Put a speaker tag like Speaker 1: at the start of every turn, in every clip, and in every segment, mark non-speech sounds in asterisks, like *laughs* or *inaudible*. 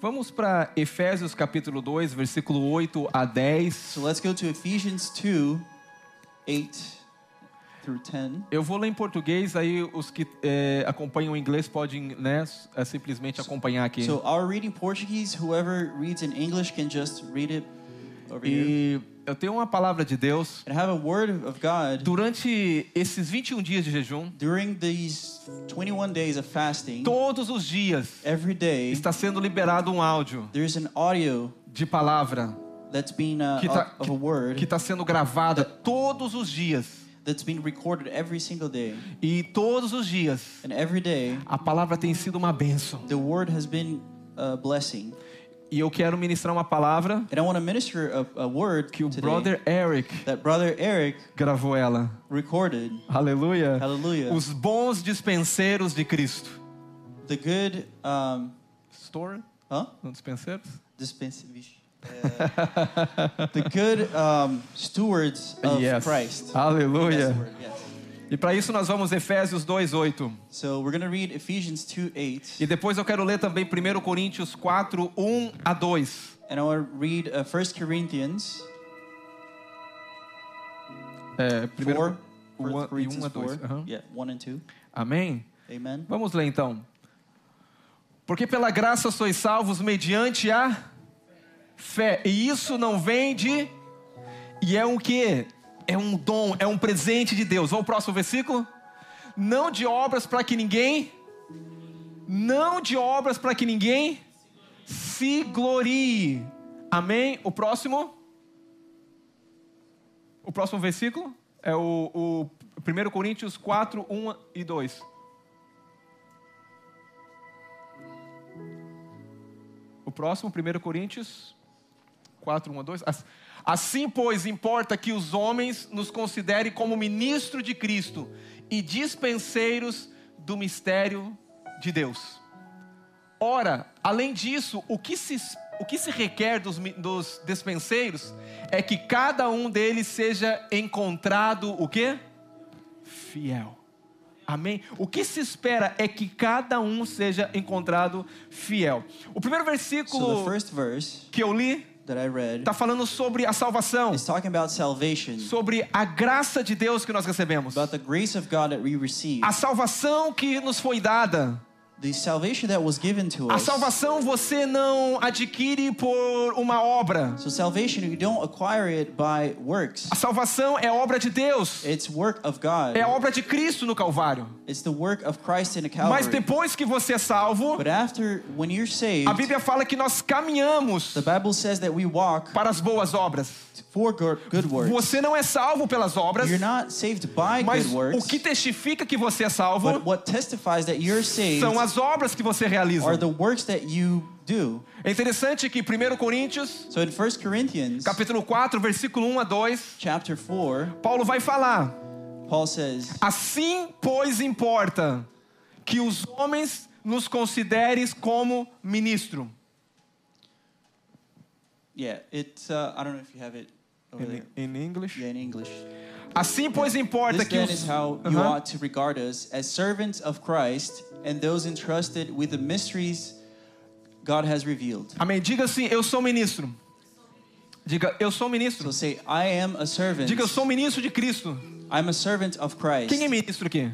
Speaker 1: Vamos para Efésios capítulo 2, versículo 8 a 10.
Speaker 2: So let's go to Ephesians 2 8 through 10.
Speaker 1: Eu vou ler em português, aí os que eh, acompanham o inglês podem né, s- eh, simplesmente acompanhar aqui.
Speaker 2: So I'll read in Portuguese. Whoever reads in English can just read it over here.
Speaker 1: E eu tenho uma palavra de Deus.
Speaker 2: And I have a word of God.
Speaker 1: Durante esses 21 dias de jejum,
Speaker 2: During these 21 days of fasting,
Speaker 1: todos os dias
Speaker 2: every day
Speaker 1: está sendo liberado um áudio
Speaker 2: there's an audio
Speaker 1: de palavra
Speaker 2: that's being uh,
Speaker 1: Que tá-
Speaker 2: of, of a word
Speaker 1: que está sendo gravada todos os dias.
Speaker 2: that's being recorded every single day.
Speaker 1: E todos os dias
Speaker 2: And every day
Speaker 1: a palavra tem sido uma bênção.
Speaker 2: the word has been a blessing.
Speaker 1: E eu quero ministrar uma palavra
Speaker 2: And I want to minister a, a word
Speaker 1: que o
Speaker 2: today
Speaker 1: brother Eric
Speaker 2: that brother Eric
Speaker 1: gravou ela.
Speaker 2: recorded.
Speaker 1: Aleluia.
Speaker 2: Aleluia.
Speaker 1: Os bons dispenseiros de Cristo.
Speaker 2: The good um
Speaker 1: Store?
Speaker 2: huh?
Speaker 1: Não dispenseiros?
Speaker 2: Dispense- Uh, the good um, stewards of Christ. That's the
Speaker 1: Aleluia.
Speaker 2: word, yes.
Speaker 1: E para isso nós vamos Efésios 2:8.
Speaker 2: So we're going to read Ephesians 2 8.
Speaker 1: E depois eu quero ler também 1 Coríntios 4, 1 a 2.
Speaker 2: And I want to read uh, 1 Corinthians
Speaker 1: É, primeiro
Speaker 2: 4.
Speaker 1: um a- e
Speaker 2: 1
Speaker 1: 1
Speaker 2: Corinthians
Speaker 1: a 2.
Speaker 2: 4. Yeah, 1 and 2.
Speaker 1: Amém?
Speaker 2: Amen.
Speaker 1: Vamos ler então. Porque pela graça sois salvos mediante a fé. E isso não vem de. E é um quê? É um dom, é um presente de Deus. Vamos ao próximo versículo? Não de obras para que ninguém. Não de obras para que ninguém se glorie. Amém? O próximo. O próximo versículo é o, o 1 Coríntios 4, 1 e 2. O próximo, 1 Coríntios 4, 1 a 2. um, As- Assim, pois, importa que os homens nos considerem como ministro de Cristo e dispenseiros do mistério de Deus. Ora, além disso, o que se, o que se requer dos, mi- dos dispenseiros é que cada um deles seja encontrado o quê? Fiel. Amém? O que se espera é que cada um seja encontrado fiel. O primeiro
Speaker 2: So the
Speaker 1: versículo
Speaker 2: first verse
Speaker 1: que eu li
Speaker 2: that I read
Speaker 1: está Tá falando sobre a salvação,
Speaker 2: is talking about salvation,
Speaker 1: sobre a graça de Deus que nós recebemos.
Speaker 2: about the grace of God that we receive,
Speaker 1: A salvação que nos foi dada.
Speaker 2: the salvation that was given to
Speaker 1: A
Speaker 2: us.
Speaker 1: salvação você não adquire por uma obra.
Speaker 2: So salvation, you don't acquire it by works.
Speaker 1: A salvação é obra de Deus.
Speaker 2: It's work of God.
Speaker 1: É a obra de Cristo no Calvário.
Speaker 2: It's the work of Christ in the
Speaker 1: Mas
Speaker 2: Calvary.
Speaker 1: depois que você é salvo,
Speaker 2: But after, when you're saved,
Speaker 1: a Bíblia fala que nós caminhamos
Speaker 2: the Bible says that we walk
Speaker 1: para as boas obras.
Speaker 2: for good, good works.
Speaker 1: Você não é salvo pelas obras,
Speaker 2: You're not saved by
Speaker 1: mas
Speaker 2: good
Speaker 1: o
Speaker 2: works.
Speaker 1: que testifica que você é salvo
Speaker 2: But what testifies that you're saved
Speaker 1: são as obras que você realiza.
Speaker 2: are the works that you do.
Speaker 1: É interessante que 1 Coríntios,
Speaker 2: So in 1 Corinthians
Speaker 1: capítulo 4, versículo 1 a 2,
Speaker 2: chapter 4,
Speaker 1: Paulo vai falar:
Speaker 2: Paul says,
Speaker 1: Assim, pois, importa que os homens nos consideres como ministro.
Speaker 2: yeah, it's, uh, I don't know if you have it over there.
Speaker 1: English.
Speaker 2: Yeah, in English.
Speaker 1: Assim, pois, importa
Speaker 2: This
Speaker 1: que
Speaker 2: then
Speaker 1: os
Speaker 2: is how you
Speaker 1: Aham.
Speaker 2: ought to regard us as servants of Christ and those entrusted with the mysteries God has revealed.
Speaker 1: Amém. Diga assim: Eu sou ministro. Diga: Eu sou
Speaker 2: So
Speaker 1: ministro.
Speaker 2: say, I am a servant.
Speaker 1: Diga: Eu sou ministro de Cristo.
Speaker 2: I'm a servant of Christ.
Speaker 1: Quem é ministro aqui?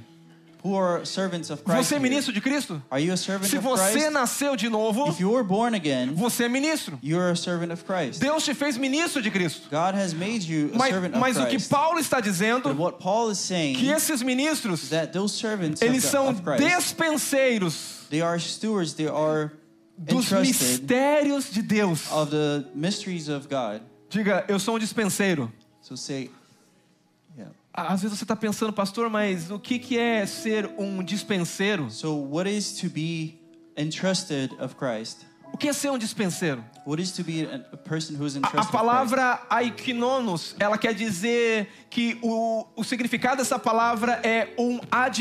Speaker 2: Who are servants of Christ?
Speaker 1: Você é
Speaker 2: here?
Speaker 1: ministro de Cristo?
Speaker 2: Are you a servant
Speaker 1: Se
Speaker 2: of
Speaker 1: você
Speaker 2: Christ?
Speaker 1: nasceu de novo,
Speaker 2: If you were born again,
Speaker 1: você é ministro.
Speaker 2: you're a servant of Christ.
Speaker 1: Deus te fez ministro de Cristo.
Speaker 2: God has made you a
Speaker 1: Mas,
Speaker 2: servant
Speaker 1: mas
Speaker 2: of
Speaker 1: o que
Speaker 2: Christ.
Speaker 1: Paulo está
Speaker 2: But
Speaker 1: dizendo
Speaker 2: what Paul is saying
Speaker 1: que
Speaker 2: is
Speaker 1: esses ministros
Speaker 2: that those servants of,
Speaker 1: eles
Speaker 2: God-
Speaker 1: são
Speaker 2: of Christ,
Speaker 1: despenseiros
Speaker 2: they are stewards, they are
Speaker 1: dos
Speaker 2: entrusted
Speaker 1: mistérios de Deus.
Speaker 2: of the mysteries of God.
Speaker 1: Diga, eu sou um dispenseiro.
Speaker 2: So say, yeah.
Speaker 1: À- Às vezes você está pensando, pastor, mas o que, que é ser um dispenseiro?
Speaker 2: So what is to be entrusted of Christ?
Speaker 1: O que é ser um dispenseiro?
Speaker 2: What is to be a, a person who is
Speaker 1: A,
Speaker 2: entrusted
Speaker 1: a
Speaker 2: of Christ?
Speaker 1: palavra aikinonos, ela quer dizer que o, o significado dessa palavra é um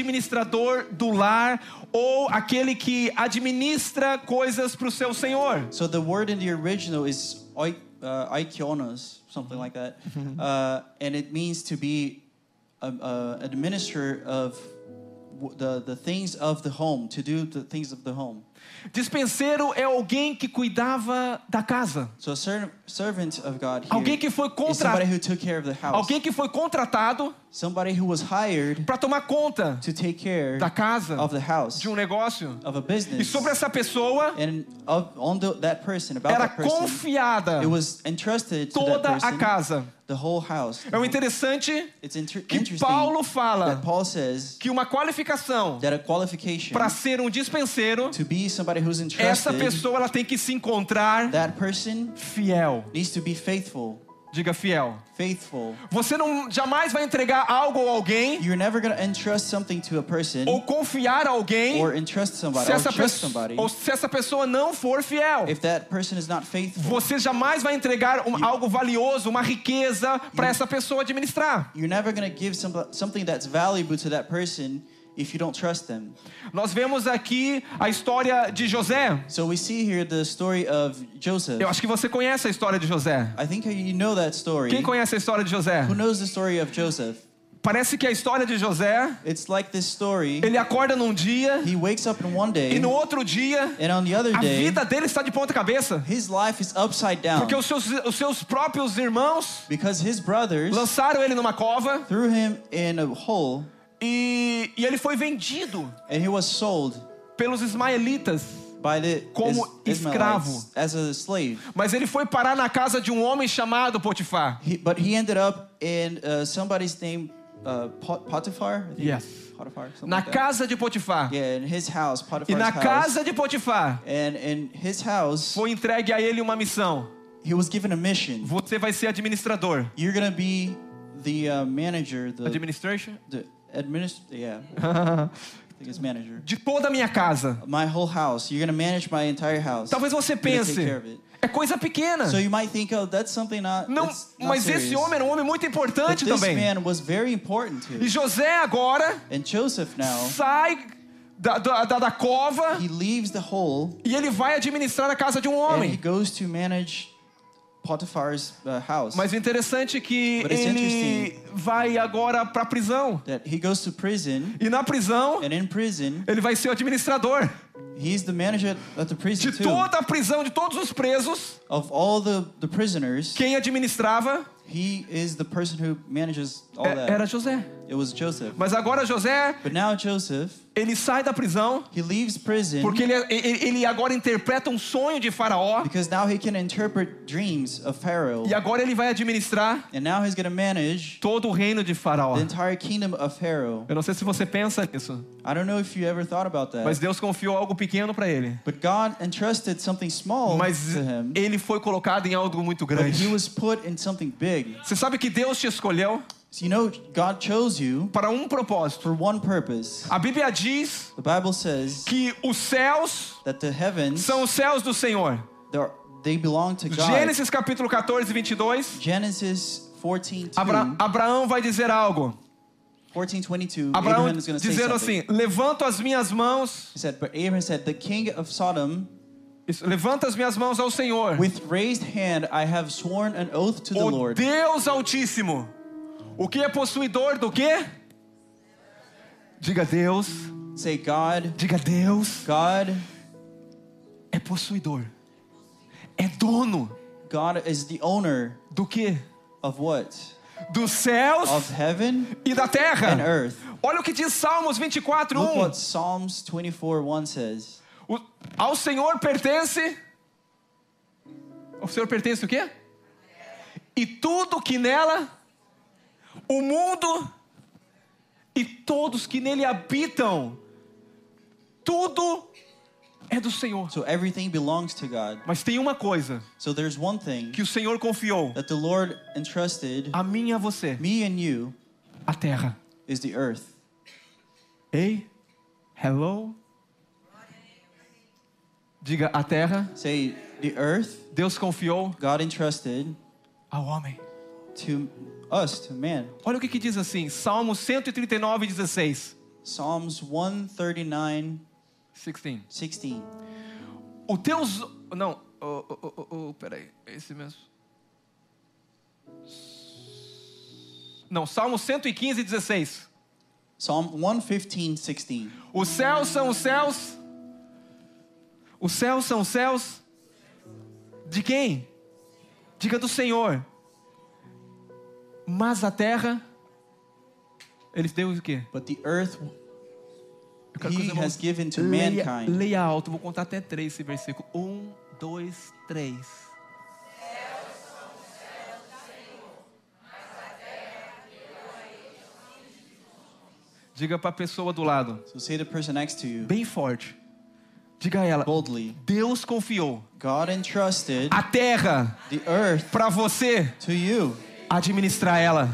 Speaker 1: administrador do lar ou aquele que administra coisas para o seu senhor.
Speaker 2: So the word in the original is oi- uh, oikionos, something like that,
Speaker 1: Mm-hmm.
Speaker 2: uh, and it means to be um, uh, a, a, a administrator of w- the, the things of the home, to do the things of the home.
Speaker 1: Dispenseiro é alguém que cuidava da casa,
Speaker 2: So a ser- servant of God
Speaker 1: alguém
Speaker 2: here
Speaker 1: que foi
Speaker 2: is
Speaker 1: contratado,
Speaker 2: somebody who took care of the house.
Speaker 1: alguém que foi contratado
Speaker 2: Somebody who was hired
Speaker 1: para tomar conta
Speaker 2: to take care
Speaker 1: da casa,
Speaker 2: of the house,
Speaker 1: de um negócio.
Speaker 2: of a
Speaker 1: E
Speaker 2: business.
Speaker 1: sobre essa pessoa
Speaker 2: And of, on the, that person, about
Speaker 1: era
Speaker 2: that person,
Speaker 1: confiada
Speaker 2: it was entrusted to that
Speaker 1: toda a
Speaker 2: person,
Speaker 1: casa.
Speaker 2: the whole house. the
Speaker 1: É um
Speaker 2: whole-
Speaker 1: interessante
Speaker 2: It's inter-
Speaker 1: que
Speaker 2: interesting
Speaker 1: Paulo fala
Speaker 2: that Paul says
Speaker 1: que uma qualificação
Speaker 2: that a qualification
Speaker 1: para ser um dispenseiro,
Speaker 2: to be somebody who's
Speaker 1: essa
Speaker 2: entrusted,
Speaker 1: pessoa ela tem que se encontrar
Speaker 2: that person
Speaker 1: fiel.
Speaker 2: needs to be faithful.
Speaker 1: Diga fiel.
Speaker 2: Faithful.
Speaker 1: Você não jamais vai entregar algo a alguém
Speaker 2: You're never gonna entrust something to a person
Speaker 1: ou confiar a alguém
Speaker 2: or entrust somebody
Speaker 1: se
Speaker 2: or
Speaker 1: essa,
Speaker 2: trust
Speaker 1: pesso-
Speaker 2: somebody
Speaker 1: ou se essa pessoa não for fiel.
Speaker 2: if that person is not faithful.
Speaker 1: Você jamais vai entregar um- algo valioso, uma riqueza para essa pessoa administrar.
Speaker 2: You're never gonna give some, something that's valuable to that person if you don't trust them.
Speaker 1: Nós vemos aqui a história de José.
Speaker 2: So we see here the story of Joseph.
Speaker 1: Eu acho que você conhece a história de José.
Speaker 2: I think you know that story.
Speaker 1: Quem conhece a história de José?
Speaker 2: Who knows the story of Joseph?
Speaker 1: Parece que a história de José,
Speaker 2: It's like this story.
Speaker 1: ele acorda num dia
Speaker 2: He wakes up in one day,
Speaker 1: e no outro dia
Speaker 2: and on the other
Speaker 1: a
Speaker 2: day,
Speaker 1: vida dele está de ponta cabeça,
Speaker 2: his life is upside down
Speaker 1: porque os seus, os seus próprios irmãos
Speaker 2: because his brothers
Speaker 1: lançaram ele numa cova
Speaker 2: threw him in a hole,
Speaker 1: e, e ele foi vendido
Speaker 2: and he was sold
Speaker 1: pelos ismaelitas.
Speaker 2: by the
Speaker 1: Como
Speaker 2: Is- Ismaelites
Speaker 1: escravo.
Speaker 2: as a slave.
Speaker 1: Mas ele foi parar na casa de um homem chamado Potifar.
Speaker 2: He, but he ended up in uh, somebody's name, uh, Pot- Potiphar. I think
Speaker 1: Yes.
Speaker 2: Potiphar. something
Speaker 1: Na
Speaker 2: like that.
Speaker 1: casa de Potifar.
Speaker 2: Yeah, in his house,
Speaker 1: E
Speaker 2: Potiphar's
Speaker 1: na
Speaker 2: house.
Speaker 1: casa de Potifar
Speaker 2: And in his house,
Speaker 1: foi entregue a ele uma missão.
Speaker 2: he was given a mission.
Speaker 1: Você vai ser administrador.
Speaker 2: You're gonna be the uh, manager, the,
Speaker 1: Administration?
Speaker 2: the administ.
Speaker 1: *laughs*
Speaker 2: Yeah, I think it's manager.
Speaker 1: De toda a minha casa.
Speaker 2: My whole house. You're gonna manage my entire house.
Speaker 1: Talvez você
Speaker 2: You're gonna take
Speaker 1: pense,
Speaker 2: care of it.
Speaker 1: é coisa pequena.
Speaker 2: So you might think, oh, that's something not.
Speaker 1: Não,
Speaker 2: that's not
Speaker 1: mas
Speaker 2: serious.
Speaker 1: esse homem era um homem muito
Speaker 2: But
Speaker 1: importante
Speaker 2: this
Speaker 1: também.
Speaker 2: man was very important to
Speaker 1: E
Speaker 2: him.
Speaker 1: José agora
Speaker 2: And Joseph now,
Speaker 1: sai da, da, da, da cova
Speaker 2: he leaves the hole
Speaker 1: e ele vai administrar a casa de um
Speaker 2: and he
Speaker 1: homem.
Speaker 2: goes to manage Potiphar's uh, house.
Speaker 1: Mas o interessante é que
Speaker 2: But it's
Speaker 1: ele
Speaker 2: interesting.
Speaker 1: vai agora pra prisão.
Speaker 2: That he goes to prison,
Speaker 1: E na prisão
Speaker 2: and in prison,
Speaker 1: ele vai ser o administrador
Speaker 2: he's the manager at the prison
Speaker 1: de
Speaker 2: too.
Speaker 1: toda a prisão, de todos os presos.
Speaker 2: Of all the, the prisoners,
Speaker 1: Quem administrava
Speaker 2: he is the person who manages all
Speaker 1: é- Eh, era
Speaker 2: that.
Speaker 1: José.
Speaker 2: It was Joseph.
Speaker 1: Mas agora José,
Speaker 2: But now Joseph,
Speaker 1: ele sai da prisão
Speaker 2: he leaves prison
Speaker 1: porque ele, ele ele agora interpreta um sonho de Faraó
Speaker 2: because now he can interpret dreams of Pharaoh.
Speaker 1: e agora ele vai administrar
Speaker 2: And now he's going to manage
Speaker 1: todo o reino de Faraó.
Speaker 2: the entire kingdom of Pharaoh.
Speaker 1: Eu não sei se você pensa nisso,
Speaker 2: I don't know if you ever thought about
Speaker 1: mas
Speaker 2: that.
Speaker 1: Deus confiou algo pequeno pra ele.
Speaker 2: But God entrusted something small
Speaker 1: Mas eh,
Speaker 2: to him.
Speaker 1: ele foi colocado em algo muito
Speaker 2: But he
Speaker 1: grande.
Speaker 2: was put in something big.
Speaker 1: Você sabe que Deus te escolheu
Speaker 2: So you know, God chose you
Speaker 1: para um propósito.
Speaker 2: for one purpose.
Speaker 1: A Bíblia diz
Speaker 2: The Bible says
Speaker 1: que os céus
Speaker 2: that the heavens,
Speaker 1: são os céus do Senhor.
Speaker 2: they're- they belong to God.
Speaker 1: Gênesis capítulo 14, 22.
Speaker 2: Genesis 14,
Speaker 1: Abra
Speaker 2: 2,
Speaker 1: Abraão vai dizer algo.
Speaker 2: 14 22,
Speaker 1: Abraão
Speaker 2: Abraham is going to say
Speaker 1: dizendo
Speaker 2: something.
Speaker 1: assim: Levanto as minhas mãos,
Speaker 2: He said, but Abraham said, the king of Sodom,
Speaker 1: isso, levanta as minhas mãos ao Senhor,
Speaker 2: with raised hand, I have sworn an oath to the
Speaker 1: o
Speaker 2: Lord.
Speaker 1: Deus Altíssimo, o que é possuidor do quê? Diga Deus,
Speaker 2: Say, God,
Speaker 1: diga Deus,
Speaker 2: God,
Speaker 1: é possuidor, é dono
Speaker 2: God is the owner
Speaker 1: do quê?
Speaker 2: of what?
Speaker 1: Dos céus
Speaker 2: Of heaven
Speaker 1: e da
Speaker 2: and
Speaker 1: terra.
Speaker 2: earth.
Speaker 1: Olha o que diz Salmos 24,
Speaker 2: Look
Speaker 1: 1.
Speaker 2: what Psalms 24 1 says.
Speaker 1: O- ao Senhor pertence. Ao Senhor pertence o quê? E tudo que nela, o mundo e todos que nele habitam, tudo é do Senhor.
Speaker 2: So everything belongs to God.
Speaker 1: Mas tem uma coisa
Speaker 2: So there's one thing
Speaker 1: que o Senhor confiou
Speaker 2: that the Lord entrusted
Speaker 1: a mim e a você:
Speaker 2: me and you
Speaker 1: a terra.
Speaker 2: is the earth.
Speaker 1: Ei, hello. Diga a terra.
Speaker 2: Say the earth
Speaker 1: Deus confiou
Speaker 2: God entrusted
Speaker 1: ao homem.
Speaker 2: to us, to man.
Speaker 1: Olha o que, que diz assim, Salmo 139, 16.
Speaker 2: Psalms 139
Speaker 1: 16.
Speaker 2: 16.
Speaker 1: O teu. zo- Não, oh, oh, oh, oh, peraí, é esse mesmo. Não, Salmo 115, 16.
Speaker 2: Psalm 115 16.
Speaker 1: Os céus são os céus Os céus são céus de quem? Diga do Senhor. Mas a terra, ele deu o quê?
Speaker 2: But the earth
Speaker 1: Eu quero que
Speaker 2: he
Speaker 1: os irmãos
Speaker 2: has given to
Speaker 1: Leia,
Speaker 2: mankind.
Speaker 1: leia alto, vou contar até três esse versículo. Um, dois, três. Diga para a pessoa do lado,
Speaker 2: So say to the person next to you
Speaker 1: bem forte. Diga a ela:
Speaker 2: boldly
Speaker 1: Deus confiou
Speaker 2: God entrusted
Speaker 1: a terra
Speaker 2: the earth
Speaker 1: para você
Speaker 2: to you.
Speaker 1: administrar ela,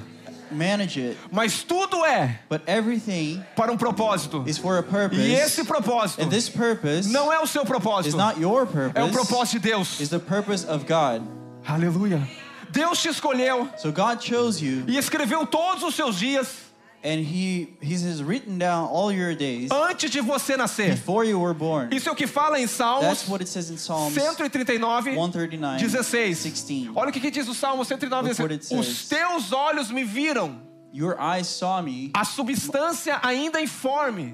Speaker 2: Manage it.
Speaker 1: mas tudo é
Speaker 2: But everything
Speaker 1: para um propósito.
Speaker 2: is for a purpose.
Speaker 1: E esse propósito
Speaker 2: and this purpose
Speaker 1: não é o seu
Speaker 2: is
Speaker 1: propósito,
Speaker 2: not your purpose.
Speaker 1: é o eh, propósito de Deus.
Speaker 2: Is the purpose of God.
Speaker 1: Aleluia. Deus te escolheu
Speaker 2: So God chose you
Speaker 1: e escreveu todos os seus dias
Speaker 2: and he he has written down all your days
Speaker 1: antes de você nascer.
Speaker 2: before you were born.
Speaker 1: Isso é o que fala em Salmos
Speaker 2: That's what it says in Psalms
Speaker 1: 139,
Speaker 2: 139,
Speaker 1: 16.
Speaker 2: 16.
Speaker 1: Olha o que, que diz o Salmo 139,
Speaker 2: Look what it
Speaker 1: 16. Os
Speaker 2: says.
Speaker 1: teus olhos me viram,
Speaker 2: Your eyes saw me,
Speaker 1: a substância ainda informe,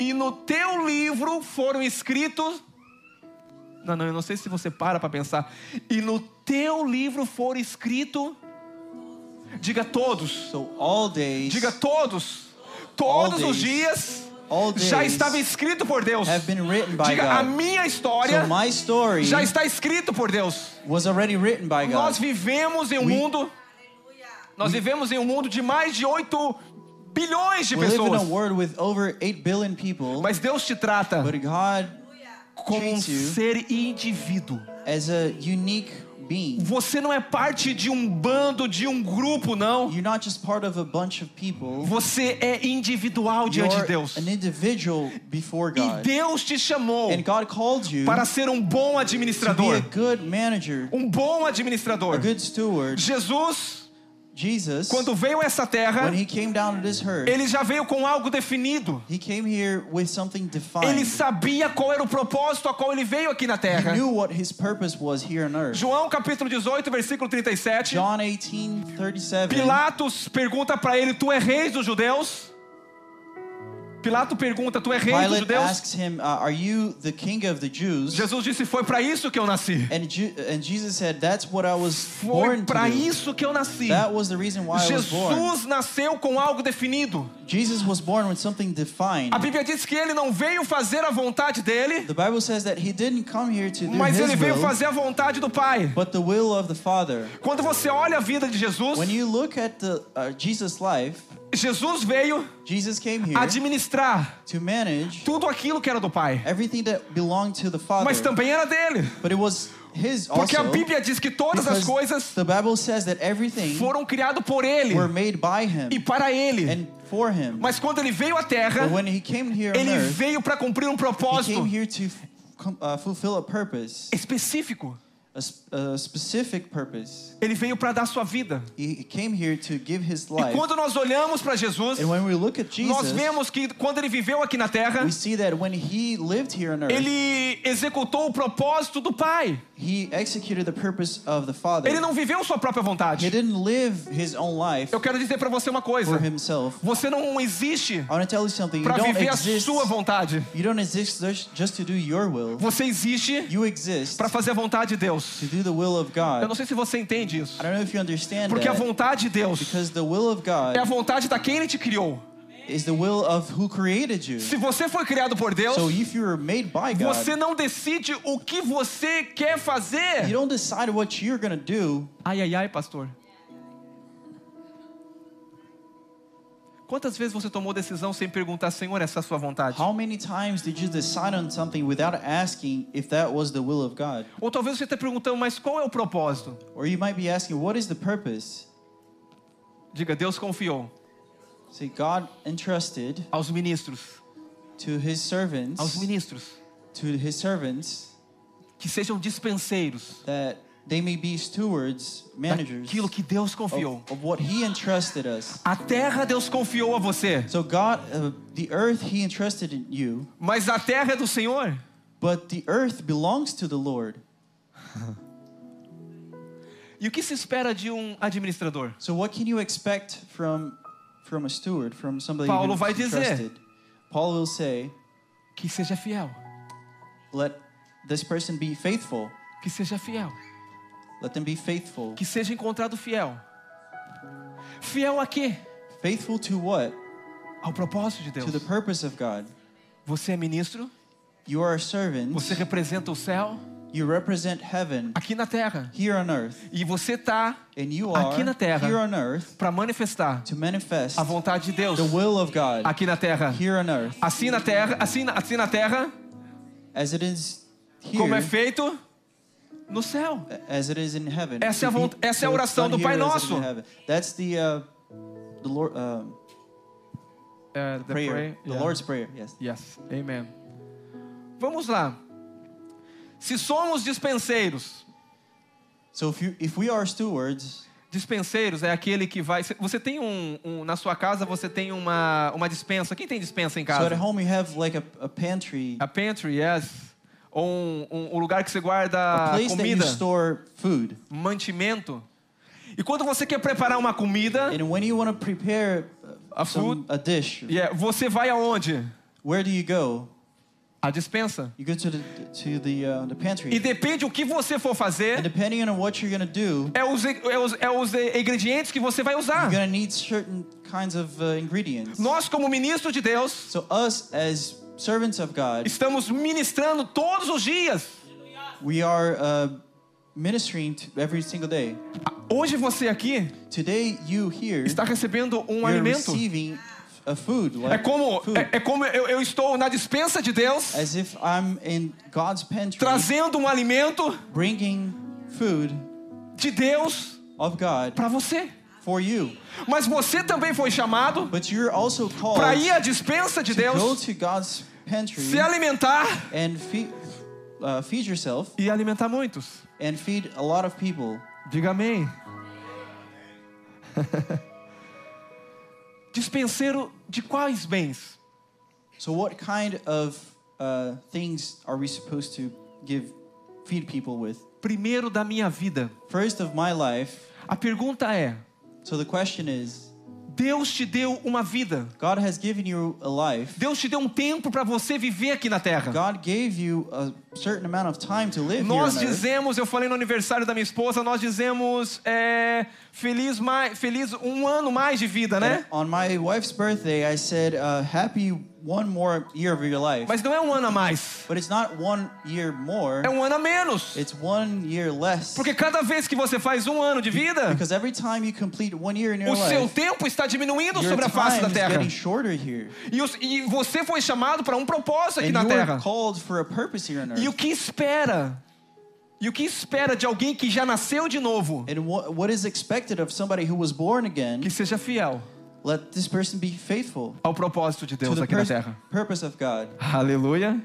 Speaker 1: e no teu livro foram escritos. Não, não, eu não sei se você para para pensar. E no teu livro foram escrito. Diga todos.
Speaker 2: so all days
Speaker 1: Diga todos. Todos
Speaker 2: All
Speaker 1: os
Speaker 2: days.
Speaker 1: dias
Speaker 2: All
Speaker 1: já
Speaker 2: days
Speaker 1: estava escrito por Deus.
Speaker 2: have been written by
Speaker 1: Diga, a
Speaker 2: God.
Speaker 1: minha história
Speaker 2: So my story
Speaker 1: já está escrito por Deus.
Speaker 2: was already written by God.
Speaker 1: Nós vivemos em um
Speaker 2: We-
Speaker 1: mundo. Nós vivemos em um mundo de mais de 8 bilhões de
Speaker 2: we live in
Speaker 1: pessoas.
Speaker 2: a world with over 8 billion people,
Speaker 1: Mas Deus te trata
Speaker 2: but God
Speaker 1: como um
Speaker 2: treats you-
Speaker 1: ser indivíduo.
Speaker 2: as a unique being.
Speaker 1: Você não é parte de um bando, de um grupo, não.
Speaker 2: You're not just part of a bunch of people.
Speaker 1: Você é individual
Speaker 2: You're
Speaker 1: diante de Deus.
Speaker 2: an individual before
Speaker 1: E
Speaker 2: God.
Speaker 1: Deus te chamou
Speaker 2: And God called you
Speaker 1: para ser um bom
Speaker 2: to be a
Speaker 1: administrador.
Speaker 2: good manager,
Speaker 1: um bom
Speaker 2: a
Speaker 1: administrador.
Speaker 2: good steward.
Speaker 1: Jesus,
Speaker 2: Jesus,
Speaker 1: quando veio a essa terra,
Speaker 2: when he came down to this earth,
Speaker 1: ele já veio com algo definido.
Speaker 2: he came here with something
Speaker 1: Ele
Speaker 2: defined.
Speaker 1: sabia qual era o propósito a qual ele veio aqui na terra.
Speaker 2: He knew what his purpose was here on earth.
Speaker 1: João capítulo 18, versículo 37.
Speaker 2: John 18, 37.
Speaker 1: Pilatos pergunta para ele: Tu é rei dos judeus? Pilato pergunta: Tu é rei dos
Speaker 2: Pilate
Speaker 1: judeus?
Speaker 2: asks him, uh, Are you the king of the Jews?
Speaker 1: Jesus disse: Foi para isso que eu nasci.
Speaker 2: And, Ju- and Jesus said, That's what I was
Speaker 1: Foi
Speaker 2: É born
Speaker 1: para
Speaker 2: to. do."
Speaker 1: isso que eu nasci.
Speaker 2: That was the reason why I was born.
Speaker 1: Jesus nasceu com algo definido.
Speaker 2: Jesus was born with something defined.
Speaker 1: A Bíblia diz que ele não veio fazer a vontade dele,
Speaker 2: The Bible says that he didn't come here to do
Speaker 1: Mas ele
Speaker 2: his
Speaker 1: veio
Speaker 2: will,
Speaker 1: fazer a vontade do Pai.
Speaker 2: but the will of the Father.
Speaker 1: Quando você olha a vida de Jesus,
Speaker 2: When you look at the uh, Jesus' life,
Speaker 1: Jesus veio
Speaker 2: Jesus came here
Speaker 1: administrar
Speaker 2: to manage
Speaker 1: tudo aquilo que era do Pai,
Speaker 2: everything that belonged to the Father.
Speaker 1: mas também era dele,
Speaker 2: But it was his
Speaker 1: porque
Speaker 2: also.
Speaker 1: a Bíblia diz que todas as
Speaker 2: because
Speaker 1: coisas
Speaker 2: the Bible says that everything
Speaker 1: foram criadas por ele
Speaker 2: were made by
Speaker 1: e
Speaker 2: him
Speaker 1: para ele.
Speaker 2: and for him.
Speaker 1: Mas quando ele veio à
Speaker 2: But
Speaker 1: Terra,
Speaker 2: when he came here on
Speaker 1: ele
Speaker 2: earth,
Speaker 1: veio para cumprir um
Speaker 2: he came
Speaker 1: propósito
Speaker 2: here to f- com- uh, fulfill a purpose,
Speaker 1: específico.
Speaker 2: a, sp- a specific purpose.
Speaker 1: Ele veio para dar sua vida.
Speaker 2: He he came here to give his
Speaker 1: E
Speaker 2: life.
Speaker 1: quando nós olhamos para Jesus,
Speaker 2: And when we look at
Speaker 1: nós
Speaker 2: Jesus,
Speaker 1: vemos que quando ele viveu aqui na Terra,
Speaker 2: we see that when he lived here on earth,
Speaker 1: ele executou o propósito do Pai.
Speaker 2: he executed the purpose of the Father.
Speaker 1: Ele não viveu sua própria
Speaker 2: He
Speaker 1: vontade.
Speaker 2: didn't live his own life
Speaker 1: Eu quero dizer para você uma
Speaker 2: for
Speaker 1: coisa.
Speaker 2: himself.
Speaker 1: Você não existe
Speaker 2: I want to tell you something. You
Speaker 1: para
Speaker 2: don't
Speaker 1: viver a
Speaker 2: exist.
Speaker 1: sua vontade.
Speaker 2: You don't exist just- just to do your will.
Speaker 1: Você existe
Speaker 2: You exist
Speaker 1: para fazer a vontade de Deus.
Speaker 2: to do the will of
Speaker 1: Eu
Speaker 2: God.
Speaker 1: não sei se você entende isso.
Speaker 2: I don't know if you understand
Speaker 1: Porque a
Speaker 2: that.
Speaker 1: vontade de Deus
Speaker 2: Because the will of
Speaker 1: é a
Speaker 2: God
Speaker 1: vontade da quem ele te criou.
Speaker 2: is the will of who created you.
Speaker 1: Se você foi criado por Deus,
Speaker 2: So if you were made by God,
Speaker 1: você não decide o que você quer
Speaker 2: you
Speaker 1: fazer.
Speaker 2: don't decide what you're gonna do.
Speaker 1: Ai, ai, ai, pastor. Quantas vezes você tomou decisão sem perguntar, Senhor, essa é a sua vontade?
Speaker 2: How many times did you decide on something without asking if that was the will of God?
Speaker 1: Ou talvez você esteja perguntando, mas qual é o propósito?
Speaker 2: Or you might be asking, what is the purpose?
Speaker 1: Diga, Deus confiou
Speaker 2: See, God entrusted
Speaker 1: aos ministros,
Speaker 2: to
Speaker 1: aos
Speaker 2: His servants,
Speaker 1: ministros,
Speaker 2: to His servants,
Speaker 1: que sejam dispenseiros
Speaker 2: that they may be stewards, managers
Speaker 1: daquilo que Deus confiou.
Speaker 2: of, of what He entrusted us.
Speaker 1: A terra Deus confiou a você,
Speaker 2: So God, uh, the earth He entrusted in you,
Speaker 1: mas a terra é do Senhor.
Speaker 2: but the earth belongs to the Lord.
Speaker 1: E o que se espera de um administrador?
Speaker 2: So what can you expect from from a steward, from somebody
Speaker 1: Paulo
Speaker 2: who's
Speaker 1: vai dizer.
Speaker 2: entrusted? Paul will say,
Speaker 1: Que seja fiel.
Speaker 2: let this person be faithful.
Speaker 1: que seja fiel,
Speaker 2: Let them be faithful.
Speaker 1: que seja encontrado fiel. Fiel a quê?
Speaker 2: Faithful to what?
Speaker 1: Ao propósito de
Speaker 2: To the
Speaker 1: Deus.
Speaker 2: purpose of God.
Speaker 1: Você é ministro,
Speaker 2: You are a servant.
Speaker 1: você representa o céu
Speaker 2: You represent heaven
Speaker 1: aqui na terra.
Speaker 2: here on earth.
Speaker 1: E você está
Speaker 2: And you are
Speaker 1: Aqui na terra.
Speaker 2: here on earth
Speaker 1: para manifestar
Speaker 2: to manifest
Speaker 1: a vontade de Deus
Speaker 2: the will of God
Speaker 1: aqui na terra.
Speaker 2: here on earth.
Speaker 1: Assim na terra, assim na, assim na terra,
Speaker 2: As it is
Speaker 1: como é
Speaker 2: here,
Speaker 1: feito no céu.
Speaker 2: as it is in heaven.
Speaker 1: Essa é a vont- essa é a
Speaker 2: So it's
Speaker 1: oração
Speaker 2: done
Speaker 1: do Pai
Speaker 2: here as it is in
Speaker 1: Nosso.
Speaker 2: heaven. That's the, uh, the Lord, um,
Speaker 1: É, the
Speaker 2: prayer,
Speaker 1: pray-
Speaker 2: the
Speaker 1: yeah.
Speaker 2: Lord's prayer. Yes.
Speaker 1: Yes, amen. Vamos lá. Se somos dispenseiros,
Speaker 2: So if you if we are stewards,
Speaker 1: dispenseiros é aquele que vai. Você tem um, um- na sua casa você tem uma uma dispensa. Quem tem dispensa em
Speaker 2: so at
Speaker 1: casa?
Speaker 2: é home you have like a, a pantry,
Speaker 1: A pantry, yes. Ou um, um- um lugar que você
Speaker 2: a
Speaker 1: guarda
Speaker 2: place that you
Speaker 1: comida,
Speaker 2: store food.
Speaker 1: mantimento. E quando você quer preparar uma comida,
Speaker 2: And when you want to prepare uh,
Speaker 1: A
Speaker 2: some- a dish,
Speaker 1: yeah, você vai aonde?
Speaker 2: where do you go?
Speaker 1: A dispensa.
Speaker 2: You go to the to the uh, the pantry.
Speaker 1: E depende o que você for
Speaker 2: And
Speaker 1: fazer,
Speaker 2: depending on what you're gonna do,
Speaker 1: é os, é os, é os ingredientes que você vai usar.
Speaker 2: you're gonna need certain kinds of uh, ingredients.
Speaker 1: Nós, como ministro de Deus,
Speaker 2: So us as servants of God,
Speaker 1: estamos ministrando todos os dias.
Speaker 2: we are uh, ministering to every single day.
Speaker 1: Hoje você aqui
Speaker 2: Today you here,
Speaker 1: está recebendo um
Speaker 2: you're
Speaker 1: alimento.
Speaker 2: receiving a food.
Speaker 1: É
Speaker 2: Like
Speaker 1: como,
Speaker 2: food.
Speaker 1: é, é como eu, eu estou na dispensa de Deus,
Speaker 2: As if I'm in God's pantry,
Speaker 1: trazendo um alimento
Speaker 2: bringing food
Speaker 1: de Deus
Speaker 2: of God
Speaker 1: para você.
Speaker 2: for you.
Speaker 1: Mas você também foi chamado
Speaker 2: But you're also called
Speaker 1: para ir à dispensa de
Speaker 2: to go
Speaker 1: Deus,
Speaker 2: to God's pantry
Speaker 1: se alimentar
Speaker 2: and feed, uh, feed yourself
Speaker 1: e alimentar muitos.
Speaker 2: and feed a lot of people.
Speaker 1: Diga amém. *laughs* Dispenseiro de quais bens?
Speaker 2: So what kind of uh, things are we supposed to give, feed people with?
Speaker 1: Primeiro da minha vida.
Speaker 2: First of my life.
Speaker 1: A pergunta é:
Speaker 2: So the question is,
Speaker 1: Deus te deu uma vida.
Speaker 2: God has given you a life.
Speaker 1: Deus te deu um tempo para você viver aqui na terra.
Speaker 2: God gave you a certain amount of time to live here né?
Speaker 1: Nós
Speaker 2: on earth.
Speaker 1: dizemos, eu falei no aniversário da minha esposa, nós dizemos é, feliz mais, feliz um ano mais de vida,
Speaker 2: And
Speaker 1: né?
Speaker 2: on my wife's birthday, I said, uh, "Happy one more year of your life."
Speaker 1: Mas não é um ano a mais,
Speaker 2: But it's not one year more;
Speaker 1: é um ano a menos.
Speaker 2: it's one year less.
Speaker 1: Porque cada vez que você faz um ano de vida,
Speaker 2: because every time you complete one year in your
Speaker 1: o seu
Speaker 2: life,
Speaker 1: tempo está diminuindo
Speaker 2: your
Speaker 1: sobre a face
Speaker 2: time
Speaker 1: da
Speaker 2: is
Speaker 1: terra.
Speaker 2: getting shorter here,
Speaker 1: E, os- e você foi chamado para um propósito aqui
Speaker 2: and
Speaker 1: na
Speaker 2: you
Speaker 1: terra.
Speaker 2: are called for a purpose here on earth.
Speaker 1: E o que espera? E o que espera de alguém que já nasceu de novo?
Speaker 2: and what, what is expected of somebody who was born again?
Speaker 1: Que seja fiel
Speaker 2: Let this person be faithful
Speaker 1: ao propósito de
Speaker 2: to
Speaker 1: Deus
Speaker 2: the
Speaker 1: aqui na
Speaker 2: pers-
Speaker 1: terra.
Speaker 2: purpose of God.
Speaker 1: Aleluia.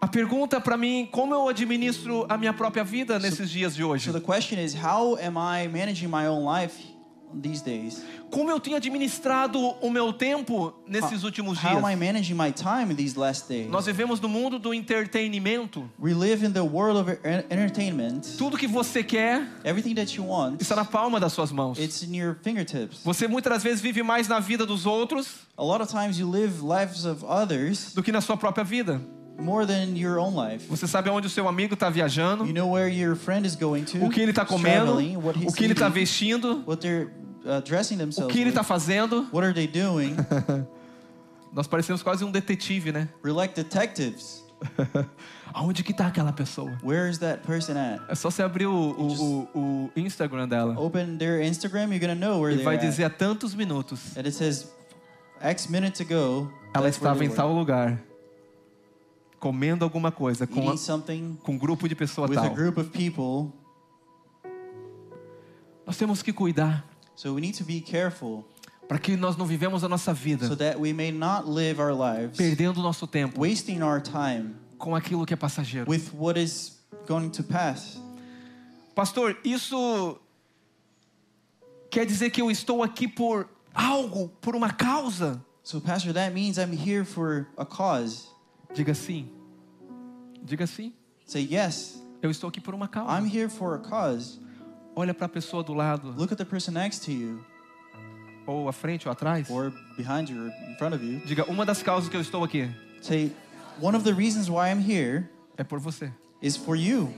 Speaker 1: A pergunta para mim, como eu administro a minha própria vida nesses dias de
Speaker 2: So
Speaker 1: hoje?
Speaker 2: the question is, how am I managing my own life these days?
Speaker 1: Como eu tenho administrado o meu tempo nesses últimos
Speaker 2: How am I
Speaker 1: dias?
Speaker 2: managing my time in these last days?
Speaker 1: Nós vivemos no mundo do entretenimento.
Speaker 2: We live in the world of en- entertainment.
Speaker 1: Tudo que você quer
Speaker 2: Everything that you want,
Speaker 1: está na palma das suas mãos.
Speaker 2: it's in your fingertips.
Speaker 1: Você muitas das vezes vive mais na vida dos outros
Speaker 2: A lot of times you live lives of others
Speaker 1: do que na sua própria vida.
Speaker 2: more than your own life.
Speaker 1: Você sabe aonde o seu amigo está viajando,
Speaker 2: You know where your friend is going to,
Speaker 1: o que ele está
Speaker 2: who's
Speaker 1: comendo,
Speaker 2: traveling, what he's
Speaker 1: o que ele está
Speaker 2: eating,
Speaker 1: vestindo,
Speaker 2: what they're uh, dressing
Speaker 1: o
Speaker 2: themselves
Speaker 1: que ele
Speaker 2: with.
Speaker 1: está fazendo.
Speaker 2: *laughs* What are they doing?
Speaker 1: Nós parecemos quase um detetive,
Speaker 2: *laughs*
Speaker 1: né?
Speaker 2: We're like detectives.
Speaker 1: Aonde que tá aquela pessoa?
Speaker 2: Where is that person at?
Speaker 1: É só você abrir o, o- o- o Instagram dela
Speaker 2: Open their Instagram, you're gonna know where
Speaker 1: e
Speaker 2: they are.
Speaker 1: vai dizer há tantos minutos
Speaker 2: And it says X minutes ago.
Speaker 1: ela
Speaker 2: that's where
Speaker 1: estava
Speaker 2: they
Speaker 1: em
Speaker 2: were.
Speaker 1: tal lugar comendo alguma coisa com, a-
Speaker 2: eating something
Speaker 1: com um grupo de pessoa
Speaker 2: with a
Speaker 1: tal.
Speaker 2: group of people.
Speaker 1: Nós temos que cuidar
Speaker 2: So we need to be careful
Speaker 1: para que nós não vivemos a nossa
Speaker 2: so
Speaker 1: vida
Speaker 2: that we may not live our lives
Speaker 1: perdendo o nosso tempo
Speaker 2: wasting our time
Speaker 1: com aquilo que é passageiro.
Speaker 2: with what is going to pass.
Speaker 1: Pastor, isso quer dizer que eu estou aqui por algo, por uma causa?
Speaker 2: So, Pastor, that means I'm here for a cause.
Speaker 1: Diga sim. Diga sim.
Speaker 2: Say, yes,
Speaker 1: Eu estou aqui por uma causa.
Speaker 2: I'm here for a cause.
Speaker 1: Olha para a pessoa do lado,
Speaker 2: Look at the person next to you,
Speaker 1: ou à frente ou atrás.
Speaker 2: or behind you, or in front of you.
Speaker 1: Diga uma das causas que eu estou aqui.
Speaker 2: Say, one of the reasons why I'm here
Speaker 1: é por você.
Speaker 2: is for you.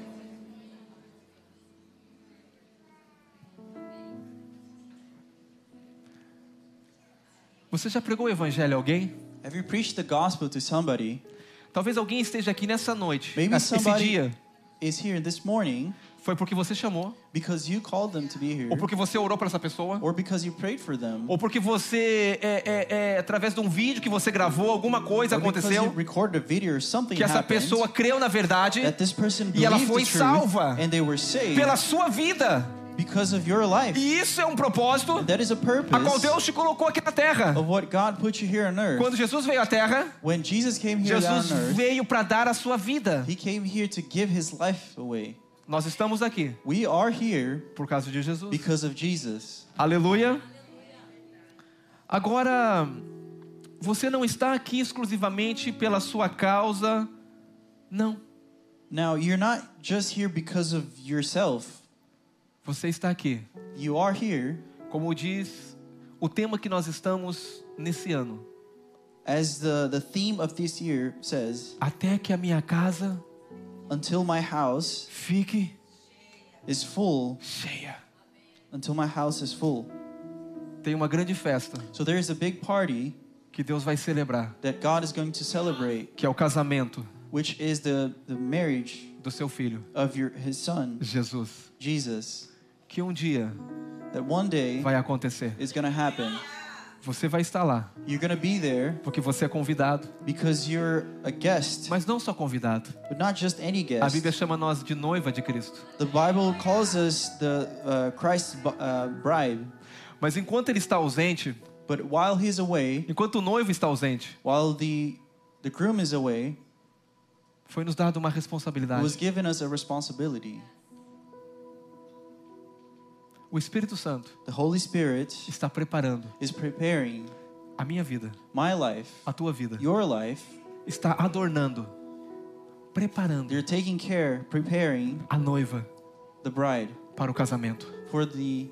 Speaker 1: Você já pregou o evangelho a alguém?
Speaker 2: Have you preached the gospel to somebody?
Speaker 1: Talvez alguém esteja aqui nessa noite,
Speaker 2: Maybe
Speaker 1: nesse
Speaker 2: somebody-
Speaker 1: dia.
Speaker 2: Is here this morning
Speaker 1: Foi porque você chamou,
Speaker 2: because you called them to be here,
Speaker 1: ou porque você orou para essa pessoa,
Speaker 2: or because you prayed for them,
Speaker 1: ou porque você, é, é, é, através de um vídeo que você gravou, alguma coisa
Speaker 2: or because you
Speaker 1: aconteceu,
Speaker 2: recorded a video or something
Speaker 1: que essa
Speaker 2: happened,
Speaker 1: pessoa creu na verdade
Speaker 2: that this person
Speaker 1: E ela
Speaker 2: believed
Speaker 1: foi
Speaker 2: the truth
Speaker 1: salva
Speaker 2: and they were saved
Speaker 1: pela sua vida.
Speaker 2: because of your life.
Speaker 1: E isso é um propósito
Speaker 2: And that is a purpose
Speaker 1: a qual Deus te colocou aqui na terra.
Speaker 2: of what God put you here on earth.
Speaker 1: Quando Jesus veio à terra,
Speaker 2: when Jesus came here
Speaker 1: Jesus
Speaker 2: on earth,
Speaker 1: veio para dar a sua vida.
Speaker 2: he came here to give his life away.
Speaker 1: Nós estamos aqui
Speaker 2: We are here
Speaker 1: por causa de Jesus.
Speaker 2: because of Jesus.
Speaker 1: Aleluia. Agora, você não está aqui exclusivamente pela sua causa, não.
Speaker 2: Now, you're not just here because of yourself.
Speaker 1: Você está aqui,
Speaker 2: You are here,
Speaker 1: como diz o tema que nós estamos nesse ano.
Speaker 2: as the, the theme of this year says,
Speaker 1: Até que a minha casa
Speaker 2: until my house
Speaker 1: fique
Speaker 2: is full,
Speaker 1: cheia.
Speaker 2: until my house is full.
Speaker 1: Tem uma grande festa
Speaker 2: So there is a big party
Speaker 1: que Deus vai celebrar,
Speaker 2: that God is going to celebrate,
Speaker 1: que é o casamento
Speaker 2: which is the, the marriage
Speaker 1: do seu filho,
Speaker 2: of your his son,
Speaker 1: Jesus,
Speaker 2: Jesus.
Speaker 1: que um dia
Speaker 2: That one day
Speaker 1: vai acontecer.
Speaker 2: is gonna happen.
Speaker 1: Você vai estar lá,
Speaker 2: You're gonna be there
Speaker 1: porque você é convidado,
Speaker 2: because you're a guest,
Speaker 1: mas não só convidado.
Speaker 2: but not just any
Speaker 1: A
Speaker 2: guest.
Speaker 1: Bíblia chama nós de noiva de Cristo.
Speaker 2: The Bible calls us the uh, Christ's bu- uh, bride,
Speaker 1: Mas enquanto ele está ausente,
Speaker 2: but while he's away,
Speaker 1: enquanto o noivo está ausente,
Speaker 2: while the the groom is away,
Speaker 1: foi nos dado uma
Speaker 2: it was
Speaker 1: responsabilidade.
Speaker 2: given us a responsibility.
Speaker 1: O Espírito Santo
Speaker 2: The Holy Spirit
Speaker 1: está preparando
Speaker 2: is preparing
Speaker 1: a minha vida,
Speaker 2: my life,
Speaker 1: a tua vida.
Speaker 2: your life.
Speaker 1: Está adornando, preparando
Speaker 2: They're taking care, preparing
Speaker 1: a noiva
Speaker 2: the bride
Speaker 1: para o casamento.
Speaker 2: for the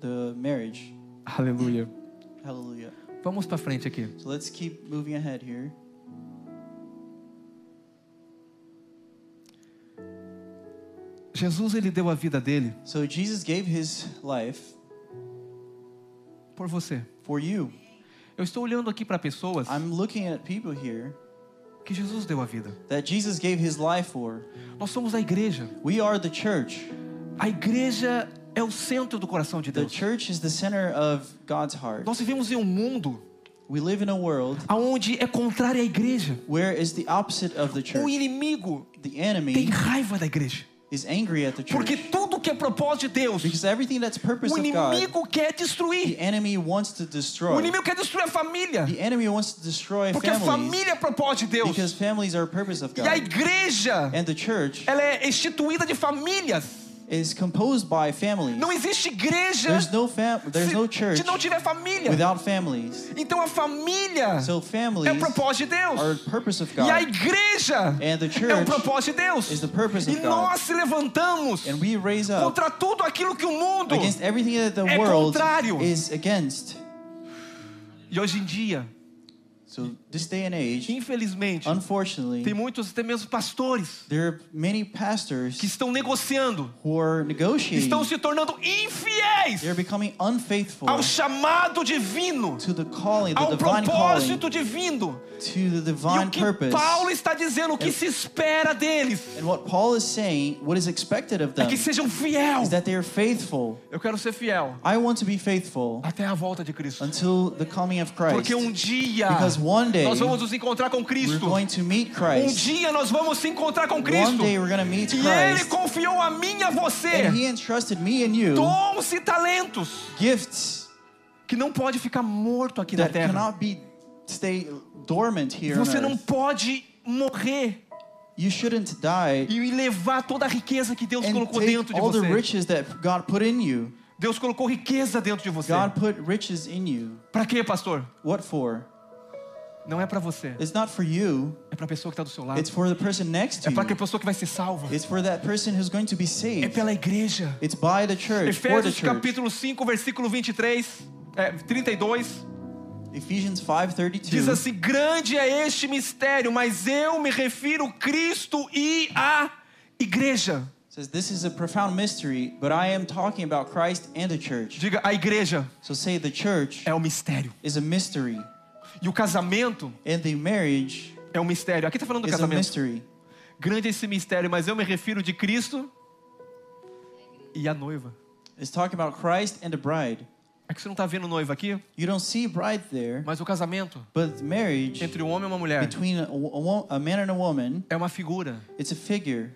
Speaker 2: the marriage.
Speaker 1: Aleluia.
Speaker 2: Hallelujah.
Speaker 1: Vamos para frente aqui.
Speaker 2: So let's keep moving ahead here.
Speaker 1: Jesus ele deu a vida dele
Speaker 2: So Jesus gave his life
Speaker 1: por você.
Speaker 2: for you.
Speaker 1: Eu estou olhando aqui para pessoas
Speaker 2: I'm looking at people here
Speaker 1: que Jesus deu a vida.
Speaker 2: that Jesus gave his life for.
Speaker 1: Nós somos a igreja.
Speaker 2: We are the church.
Speaker 1: A igreja é o centro do coração de
Speaker 2: The
Speaker 1: Deus.
Speaker 2: church is the center of God's heart.
Speaker 1: Nós vivemos em um mundo
Speaker 2: We live in a world
Speaker 1: aonde é contrário à igreja.
Speaker 2: where is the opposite of the
Speaker 1: O
Speaker 2: church.
Speaker 1: inimigo
Speaker 2: The
Speaker 1: tem
Speaker 2: enemy
Speaker 1: raiva da igreja.
Speaker 2: is angry at the
Speaker 1: Porque
Speaker 2: church
Speaker 1: tudo que é propósito de Deus,
Speaker 2: because everything that's purpose
Speaker 1: o
Speaker 2: of God,
Speaker 1: inimigo quer
Speaker 2: the
Speaker 1: destruir.
Speaker 2: enemy wants to
Speaker 1: O
Speaker 2: destroy.
Speaker 1: inimigo quer destruir a família.
Speaker 2: The enemy wants to destroy
Speaker 1: Porque a
Speaker 2: families
Speaker 1: família é propósito de Deus.
Speaker 2: because families are purpose of
Speaker 1: E a
Speaker 2: God.
Speaker 1: igreja,
Speaker 2: And the church
Speaker 1: ela é instituída de famílias.
Speaker 2: is composed by families.
Speaker 1: Não existe igreja
Speaker 2: There's no fam there's
Speaker 1: se,
Speaker 2: no church
Speaker 1: se não tiver família.
Speaker 2: without families.
Speaker 1: Então a família
Speaker 2: So
Speaker 1: é o
Speaker 2: families
Speaker 1: propósito de
Speaker 2: are
Speaker 1: Deus.
Speaker 2: purpose of
Speaker 1: E a
Speaker 2: God.
Speaker 1: igreja
Speaker 2: And the church
Speaker 1: é o propósito de Deus.
Speaker 2: is the purpose
Speaker 1: E
Speaker 2: of God.
Speaker 1: nós se levantamos
Speaker 2: And we raise up
Speaker 1: contra tudo aquilo que o mundo.
Speaker 2: against everything that the
Speaker 1: É
Speaker 2: world
Speaker 1: contrário.
Speaker 2: is against.
Speaker 1: E hoje em dia,
Speaker 2: So this day and age,
Speaker 1: infelizmente, tem
Speaker 2: unfortunately,
Speaker 1: muitos, até mesmo pastores,
Speaker 2: there are many
Speaker 1: que
Speaker 2: pastors
Speaker 1: estão negociando,
Speaker 2: who are negotiating.
Speaker 1: estão se tornando infiéis
Speaker 2: They're becoming unfaithful
Speaker 1: ao chamado divino,
Speaker 2: to the calling, the
Speaker 1: ao
Speaker 2: divine calling,
Speaker 1: propósito divino.
Speaker 2: to the
Speaker 1: E o
Speaker 2: divine
Speaker 1: que
Speaker 2: purpose.
Speaker 1: Paulo está dizendo, o que se espera deles,
Speaker 2: And what Paul is saying, what is expected of
Speaker 1: é
Speaker 2: them,
Speaker 1: que
Speaker 2: is
Speaker 1: sejam fiel.
Speaker 2: that they are faithful.
Speaker 1: Eu quero ser fiel
Speaker 2: I want to be faithful
Speaker 1: até a volta de Cristo.
Speaker 2: until the coming of Christ.
Speaker 1: Porque um dia
Speaker 2: Because one day
Speaker 1: nós vamos nos encontrar com
Speaker 2: We're
Speaker 1: Cristo.
Speaker 2: going to meet
Speaker 1: Um
Speaker 2: Christ.
Speaker 1: dia nós vamos se encontrar com
Speaker 2: One
Speaker 1: Cristo.
Speaker 2: day we're going to meet
Speaker 1: E Ele
Speaker 2: Christ.
Speaker 1: confiou a mim e a
Speaker 2: And
Speaker 1: você
Speaker 2: he entrusted me and you
Speaker 1: dons e talentos
Speaker 2: gifts
Speaker 1: que não pode ficar morto aqui na
Speaker 2: that
Speaker 1: terra.
Speaker 2: cannot be stay dormant here on
Speaker 1: Você não
Speaker 2: earth.
Speaker 1: pode morrer
Speaker 2: You shouldn't die
Speaker 1: e levar toda a riqueza que Deus
Speaker 2: and
Speaker 1: colocou dentro
Speaker 2: take
Speaker 1: de
Speaker 2: all the
Speaker 1: você.
Speaker 2: riches that God put in you.
Speaker 1: Deus colocou riqueza dentro de você.
Speaker 2: God put riches in you.
Speaker 1: Para quê, pastor?
Speaker 2: What for?
Speaker 1: Não é para você.
Speaker 2: It's not for you.
Speaker 1: É para a pessoa que está do seu lado.
Speaker 2: It's for the person next
Speaker 1: É
Speaker 2: to
Speaker 1: para aquela
Speaker 2: you.
Speaker 1: pessoa que vai ser salva.
Speaker 2: It's for that person who's going to be
Speaker 1: É
Speaker 2: saved.
Speaker 1: pela igreja.
Speaker 2: It's by the church, for the
Speaker 1: Efésios
Speaker 2: church.
Speaker 1: capítulo 5, versículo 23, é, 32.
Speaker 2: Ephesians 5:32
Speaker 1: Diz assim: grande é este mistério, mas eu me refiro Cristo e a igreja.
Speaker 2: says this is a profound mystery, but I am talking about Christ and the church.
Speaker 1: Diga, a igreja
Speaker 2: So say the church
Speaker 1: é o mistério.
Speaker 2: is a mystery
Speaker 1: E o casamento
Speaker 2: and the marriage
Speaker 1: é o mistério. Aqui está falando do
Speaker 2: is a
Speaker 1: casamento.
Speaker 2: mystery.
Speaker 1: Grande é esse mistério, mas eu me refiro de Cristo e a noiva.
Speaker 2: It's talking about Christ and the bride.
Speaker 1: É que você não está vendo noiva aqui,
Speaker 2: You don't see bride there,
Speaker 1: mas o casamento
Speaker 2: but marriage
Speaker 1: entre um homem e uma mulher
Speaker 2: between a, a wo- a man and a woman,
Speaker 1: é uma figura
Speaker 2: it's a figure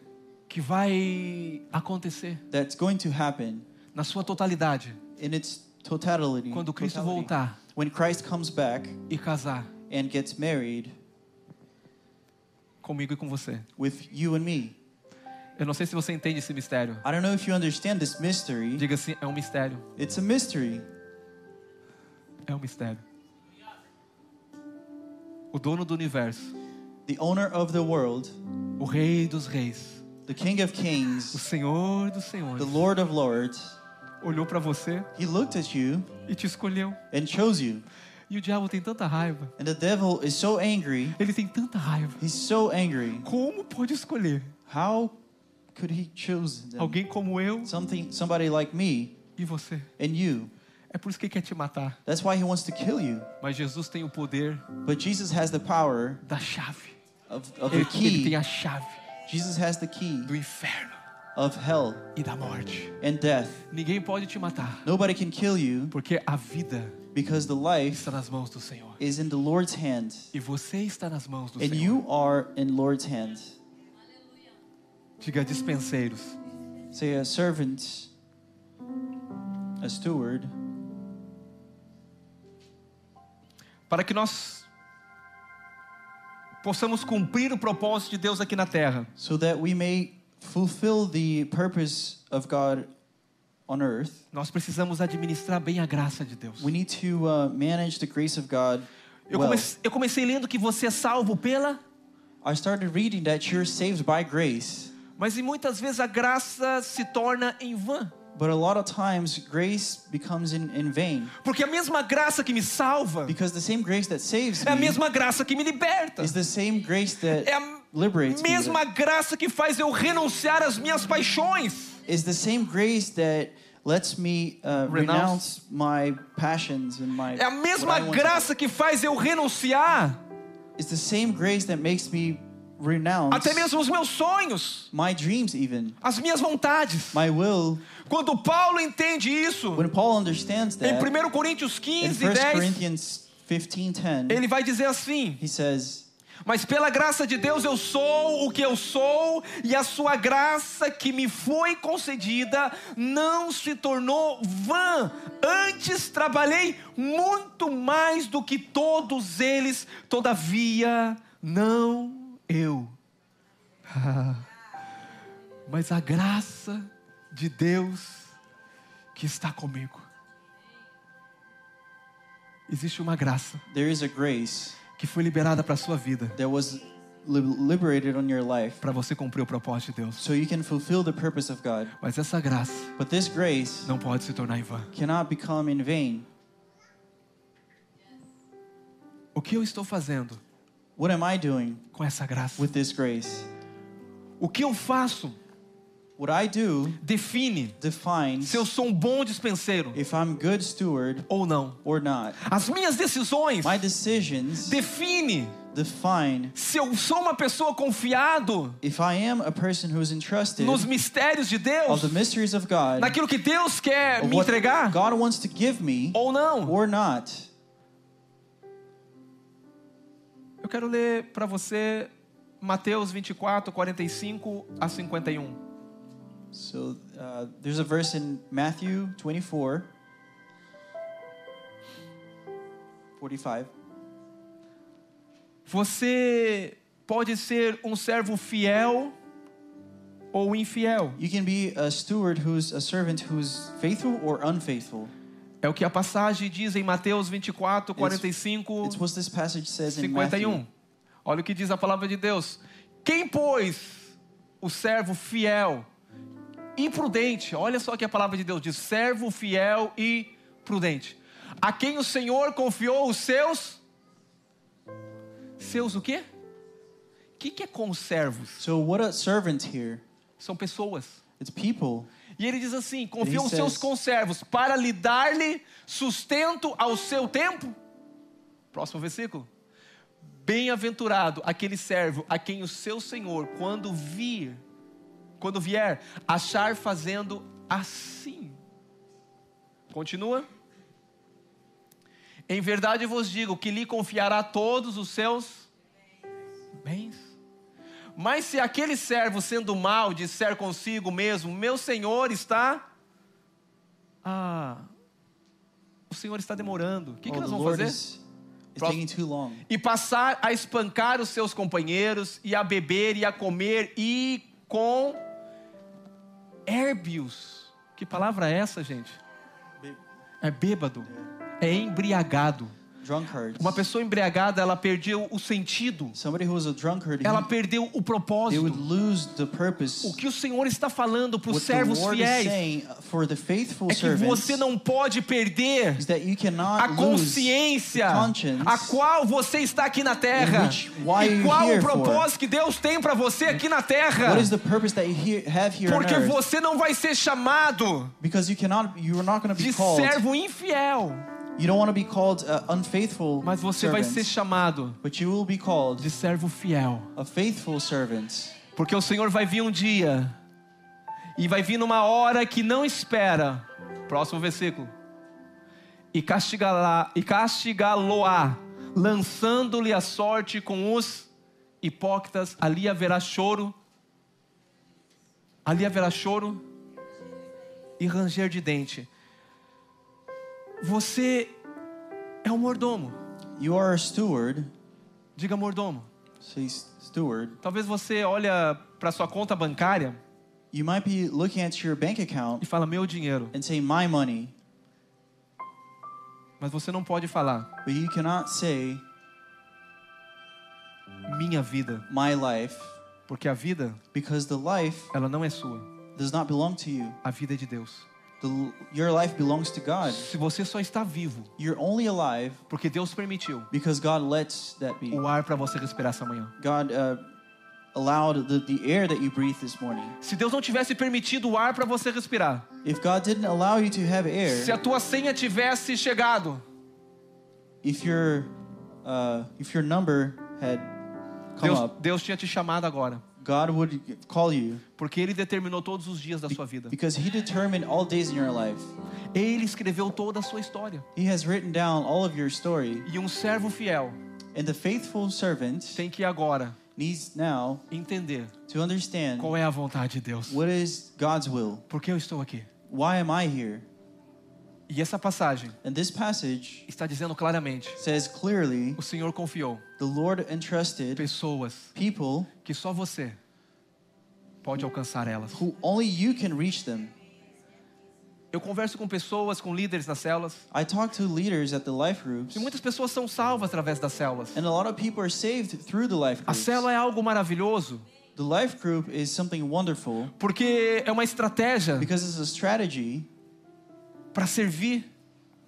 Speaker 1: que vai acontecer
Speaker 2: that's going to happen
Speaker 1: na sua totalidade
Speaker 2: in its totality.
Speaker 1: quando Cristo
Speaker 2: totality.
Speaker 1: voltar
Speaker 2: When Christ comes back
Speaker 1: e casar
Speaker 2: and gets married
Speaker 1: comigo e com você.
Speaker 2: with you and me.
Speaker 1: Eu não sei se você entende esse mistério.
Speaker 2: I don't know if you understand this mystery.
Speaker 1: Diga assim, é um mistério.
Speaker 2: It's a mystery.
Speaker 1: É um mistério. O dono do universo,
Speaker 2: The owner of the world,
Speaker 1: o rei dos reis,
Speaker 2: the King of
Speaker 1: o
Speaker 2: Kings,
Speaker 1: senhor dos
Speaker 2: the
Speaker 1: senhores,
Speaker 2: Lord of Lords,
Speaker 1: olhou para você
Speaker 2: he looked at you
Speaker 1: e te escolheu.
Speaker 2: and chose you.
Speaker 1: E o diabo tem tanta raiva.
Speaker 2: And the devil is so angry.
Speaker 1: Ele tem tanta raiva.
Speaker 2: He's so angry.
Speaker 1: Como pode escolher
Speaker 2: How could he choose them?
Speaker 1: alguém como eu
Speaker 2: something somebody like me
Speaker 1: e você?
Speaker 2: and you?
Speaker 1: É por isso que ele quer te matar.
Speaker 2: That's why he wants to kill you.
Speaker 1: Mas Jesus tem o poder
Speaker 2: But Jesus has the power
Speaker 1: da chave.
Speaker 2: of, of
Speaker 1: Ele,
Speaker 2: the
Speaker 1: ele tem
Speaker 2: key.
Speaker 1: a chave
Speaker 2: Jesus has the key
Speaker 1: do inferno
Speaker 2: of hell
Speaker 1: e da morte.
Speaker 2: and death.
Speaker 1: Ninguém pode te matar,
Speaker 2: Nobody can kill you
Speaker 1: porque a vida
Speaker 2: because the life
Speaker 1: está nas mãos do Senhor.
Speaker 2: is in the Lord's hand.
Speaker 1: E você está nas mãos do
Speaker 2: And
Speaker 1: Senhor.
Speaker 2: you are in Lord's hand.
Speaker 1: Diga dispenseiros.
Speaker 2: Say a servant, a steward,
Speaker 1: Para que nós possamos cumprir o propósito de Deus aqui na terra.
Speaker 2: so that we may fulfill the purpose of God on earth.
Speaker 1: Nós precisamos administrar bem a graça de Deus.
Speaker 2: We need to uh, manage the grace of God
Speaker 1: Eu,
Speaker 2: well.
Speaker 1: comecei, eu comecei lendo que você é salvo pela,
Speaker 2: I started reading that you're saved by grace,
Speaker 1: mas e muitas vezes a graça se torna em vã.
Speaker 2: but a lot of times grace becomes in, in vain
Speaker 1: Porque a mesma graça que me salva
Speaker 2: because the same grace that saves
Speaker 1: é a
Speaker 2: me
Speaker 1: mesma graça que me liberta.
Speaker 2: is the same grace that
Speaker 1: É a
Speaker 2: liberates me.
Speaker 1: mesma graça que faz eu renunciar às minhas paixões.
Speaker 2: Is the same grace that lets me uh,
Speaker 1: Renounce.
Speaker 2: renounce my passions and my.
Speaker 1: É a
Speaker 2: what
Speaker 1: mesma
Speaker 2: I want to-
Speaker 1: graça que faz eu renunciar
Speaker 2: It's the same grace that makes me renounce
Speaker 1: até mesmo os meus sonhos,
Speaker 2: my dreams, even
Speaker 1: as minhas vontades.
Speaker 2: my will.
Speaker 1: Quando Paulo entende isso,
Speaker 2: When Paul understands
Speaker 1: em
Speaker 2: that
Speaker 1: 1 Coríntios
Speaker 2: in
Speaker 1: 15,
Speaker 2: 1
Speaker 1: 10,
Speaker 2: Corinthians 15:10,
Speaker 1: ele vai dizer assim:
Speaker 2: he says.
Speaker 1: Mas pela graça de Deus eu sou o que eu sou, e a sua graça que me foi concedida não se tornou vã. Antes trabalhei muito mais do que todos eles, todavia não eu. *laughs* Mas a graça de Deus que está comigo. Existe uma graça
Speaker 2: There is a grace
Speaker 1: que foi liberada para a sua vida.
Speaker 2: that was li- liberated on your life
Speaker 1: para você cumprir o propósito de Deus.
Speaker 2: so you can fulfill the purpose of God.
Speaker 1: Mas essa graça
Speaker 2: But this grace
Speaker 1: não pode se tornar em vã.
Speaker 2: cannot become in vain.
Speaker 1: O que eu estou fazendo
Speaker 2: What am I doing
Speaker 1: com essa graça?
Speaker 2: with this grace?
Speaker 1: O que eu faço
Speaker 2: What I do
Speaker 1: define
Speaker 2: defines
Speaker 1: se eu sou um bom dispenseiro
Speaker 2: if I'm good steward
Speaker 1: ou não.
Speaker 2: or not.
Speaker 1: As minhas decisões
Speaker 2: My decisions
Speaker 1: define
Speaker 2: define
Speaker 1: se eu sou uma pessoa confiado
Speaker 2: if I am a person who is entrusted
Speaker 1: nos mistérios de
Speaker 2: of
Speaker 1: Deus,
Speaker 2: the mysteries of God,
Speaker 1: naquilo que Deus quer
Speaker 2: of
Speaker 1: me
Speaker 2: what
Speaker 1: entregar Oh.
Speaker 2: God wants to give me
Speaker 1: ou não.
Speaker 2: or not.
Speaker 1: Eu quero ler para você Mateus 24, 45 a 51.
Speaker 2: So uh, there's a verse in Matthew 24, 45.
Speaker 1: Você pode ser um servo fiel ou infiel.
Speaker 2: You can be a steward who's a servant who's faithful or unfaithful.
Speaker 1: É o que a passagem diz em Mateus 24, 45,
Speaker 2: It's what this passage says in Matthew.
Speaker 1: 51. Olha o que diz a palavra de Deus. Quem, pois, o servo fiel e prudente, olha só o que a palavra de Deus diz: servo fiel e prudente, a quem o Senhor confiou os seus. Seus o quê? O que, que é conservos?
Speaker 2: So what a servant here.
Speaker 1: São pessoas.
Speaker 2: It's people.
Speaker 1: E ele diz assim: confiou
Speaker 2: He
Speaker 1: os seus
Speaker 2: says-
Speaker 1: conservos para lhe dar-lhe sustento ao seu tempo. Próximo versículo. Bem-aventurado aquele servo a quem o seu senhor, quando vir, quando vier, achar fazendo assim. Continua. Em verdade vos digo que lhe confiará todos os seus bens. Mas se aquele servo, sendo mal, disser consigo mesmo: Meu senhor está. Ah, o senhor está demorando. O que, que
Speaker 2: oh,
Speaker 1: nós
Speaker 2: the
Speaker 1: vamos
Speaker 2: Lord
Speaker 1: fazer?
Speaker 2: is, is
Speaker 1: Pró-
Speaker 2: taking too long.
Speaker 1: E passar a espancar os seus companheiros, e a beber, e a comer, e com hérbios. Que palavra é essa, gente? É bêbado. É embriagado.
Speaker 2: Drunkards.
Speaker 1: Uma pessoa embriagada, ela perdeu o sentido.
Speaker 2: Somebody who is a drunkard,
Speaker 1: Ela
Speaker 2: he-
Speaker 1: perdeu o
Speaker 2: they
Speaker 1: propósito.
Speaker 2: would lose the purpose.
Speaker 1: O que o Senhor está falando para
Speaker 2: What
Speaker 1: os
Speaker 2: the
Speaker 1: servos
Speaker 2: Lord is
Speaker 1: fiéis
Speaker 2: saying for the faithful
Speaker 1: é que
Speaker 2: servants
Speaker 1: você não pode perder
Speaker 2: is that you
Speaker 1: a
Speaker 2: cannot lose
Speaker 1: consciência
Speaker 2: the conscience
Speaker 1: a qual você está aqui na terra
Speaker 2: in which- why
Speaker 1: e
Speaker 2: you're
Speaker 1: qual o
Speaker 2: here for.
Speaker 1: propósito que Deus tem para você aqui na terra
Speaker 2: What is the purpose that you here, have here on
Speaker 1: porque
Speaker 2: earth?
Speaker 1: você não vai ser chamado
Speaker 2: Because you cannot, you are not going to be
Speaker 1: de
Speaker 2: called.
Speaker 1: servo infiel
Speaker 2: You don't want to be called uh, unfaithful
Speaker 1: mas você vai ser
Speaker 2: servant,
Speaker 1: chamado
Speaker 2: but you will be called
Speaker 1: de servo fiel
Speaker 2: a faithful servant.
Speaker 1: porque o Senhor vai vir um dia e vai vir numa hora que não espera. Próximo versículo. E castigá-la- e castigá-lo-á, lançando-lhe a sorte com os hipócritas. Ali haverá choro. Ali haverá choro e ranger de dente. Você é um mordomo.
Speaker 2: You are a steward.
Speaker 1: Diga mordomo.
Speaker 2: Say s- steward.
Speaker 1: Talvez você olha para sua conta bancária
Speaker 2: You might be looking at your bank
Speaker 1: e
Speaker 2: account
Speaker 1: fala meu dinheiro.
Speaker 2: and say my money,
Speaker 1: Mas você não pode falar
Speaker 2: but you cannot say
Speaker 1: minha vida,
Speaker 2: my life
Speaker 1: porque a vida,
Speaker 2: because the life
Speaker 1: ela não é sua.
Speaker 2: does not belong to you.
Speaker 1: A vida é de Deus.
Speaker 2: The, l- your life belongs to God.
Speaker 1: Se você só está vivo,
Speaker 2: You're only alive
Speaker 1: porque Deus permitiu
Speaker 2: because God lets that be.
Speaker 1: o ar para você respirar essa manhã.
Speaker 2: God uh, allowed the, the air that you breathe this morning.
Speaker 1: Se Deus não tivesse permitido o ar para você respirar,
Speaker 2: If God didn't allow you to have air,
Speaker 1: se a tua senha tivesse chegado,
Speaker 2: if your uh, if your number had come
Speaker 1: Deus,
Speaker 2: up,
Speaker 1: Deus tinha te chamado agora,
Speaker 2: God would call you
Speaker 1: porque Ele determinou todos os dias da sua vida.
Speaker 2: because He determined all days in your life.
Speaker 1: Ele escreveu toda a sua história.
Speaker 2: He has written down all of your story,
Speaker 1: E um servo fiel
Speaker 2: and the faithful servant
Speaker 1: tem que agora
Speaker 2: needs now
Speaker 1: entender
Speaker 2: to understand
Speaker 1: qual é a vontade de Deus.
Speaker 2: what is God's will.
Speaker 1: Por que eu estou aqui?
Speaker 2: Why am I here?
Speaker 1: E essa passagem
Speaker 2: And this passage
Speaker 1: está dizendo claramente
Speaker 2: says clearly,
Speaker 1: O Senhor confiou
Speaker 2: the Lord entrusted
Speaker 1: pessoas
Speaker 2: people
Speaker 1: que só você pode alcançar elas.
Speaker 2: who only you can reach them.
Speaker 1: Eu converso com pessoas, com líderes nas células,
Speaker 2: I talk to leaders at the life groups,
Speaker 1: e muitas pessoas são salvas através das células.
Speaker 2: and a lot of people are saved through the life
Speaker 1: A
Speaker 2: groups.
Speaker 1: célula é algo maravilhoso,
Speaker 2: The life group is something wonderful
Speaker 1: porque é uma estratégia
Speaker 2: because it's a strategy
Speaker 1: para servir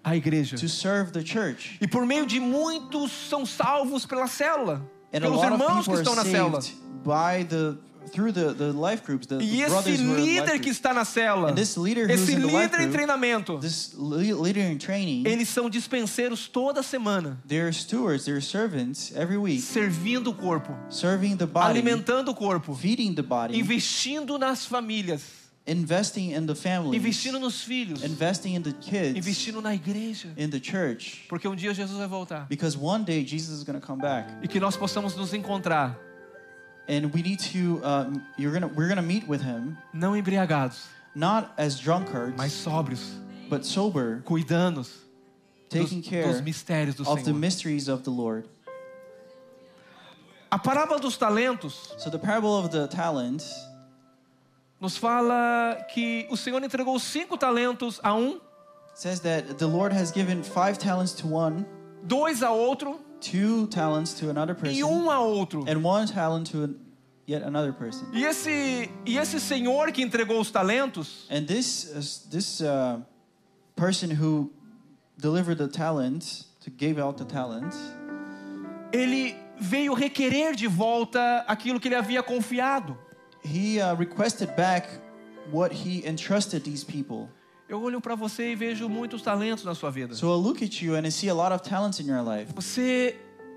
Speaker 1: a igreja.
Speaker 2: to serve the church.
Speaker 1: E por meio de muitos são salvos pela célula,
Speaker 2: And a
Speaker 1: pelos
Speaker 2: lot of
Speaker 1: irmãos que
Speaker 2: people
Speaker 1: estão na célula.
Speaker 2: are saved by the through the, the life groups, the,
Speaker 1: E
Speaker 2: the
Speaker 1: esse
Speaker 2: brothers who are in life
Speaker 1: líder que
Speaker 2: groups.
Speaker 1: está na célula,
Speaker 2: And this leader who's
Speaker 1: esse
Speaker 2: in the life
Speaker 1: líder em
Speaker 2: group,
Speaker 1: treinamento,
Speaker 2: this le- leader in training,
Speaker 1: eles são dispenseiros toda semana,
Speaker 2: they're stewards, they're servants every week,
Speaker 1: servindo o corpo,
Speaker 2: serving the body,
Speaker 1: alimentando o corpo.
Speaker 2: feeding the body,
Speaker 1: investindo nas famílias,
Speaker 2: investing in the family,
Speaker 1: investindo nos filhos,
Speaker 2: investing in the kids,
Speaker 1: investindo na igreja,
Speaker 2: in the church,
Speaker 1: porque um dia Jesus vai voltar
Speaker 2: because one day Jesus is going to come back,
Speaker 1: e que nós possamos nos encontrar
Speaker 2: and we need to. Um, you're gonna we're gonna meet with him.
Speaker 1: não embriagados,
Speaker 2: not as drunkards,
Speaker 1: mas sóbrios,
Speaker 2: but sober,
Speaker 1: cuidando dos,
Speaker 2: taking
Speaker 1: dos
Speaker 2: care
Speaker 1: mistérios do
Speaker 2: of the
Speaker 1: Senhor.
Speaker 2: mysteries of the Lord.
Speaker 1: A parábola dos talentos
Speaker 2: So the parable of the talents
Speaker 1: nos fala que o Senhor entregou cinco talentos a um,
Speaker 2: says that the Lord has given five talents to one,
Speaker 1: dois a outro
Speaker 2: two talents to another
Speaker 1: e
Speaker 2: person,
Speaker 1: um a outro.
Speaker 2: and one talent to an, yet another person.
Speaker 1: E esse, e esse Senhor que entregou os talentos,
Speaker 2: And this uh, this uh, person who delivered the talent, to give out the talent,
Speaker 1: ele veio requerer de volta aquilo que ele havia confiado.
Speaker 2: he uh, requested back what he entrusted these people.
Speaker 1: Eu olho para você e vejo muitos talentos na sua vida.
Speaker 2: So I look at you and I see a lot of talents in your life.
Speaker 1: Você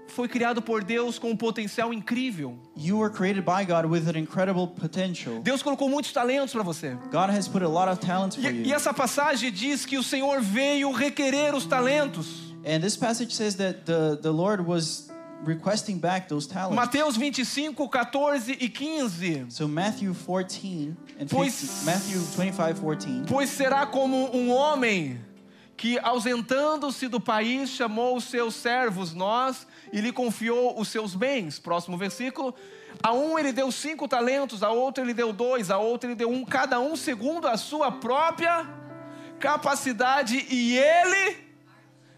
Speaker 1: foi criado por Deus com um potencial incrível.
Speaker 2: You were created by God with an incredible potential.
Speaker 1: Deus colocou muitos talentos para você.
Speaker 2: God has put a lot of talents for
Speaker 1: E, e
Speaker 2: you.
Speaker 1: essa passagem diz que o Senhor veio requerer os talentos.
Speaker 2: And this passage says that the, the Lord was requesting back those talents.
Speaker 1: Mateus 25, 14 e 15.
Speaker 2: So Matthew 14 and
Speaker 1: Pois-
Speaker 2: 15, Matthew 25, 14.
Speaker 1: Pois será como um homem que, ausentando-se do país, chamou os seus servos, nós, e lhe confiou os seus bens. Próximo versículo. A um ele deu cinco talentos, a outro ele deu dois, a outro ele deu um, cada um segundo a sua própria capacidade, e ele,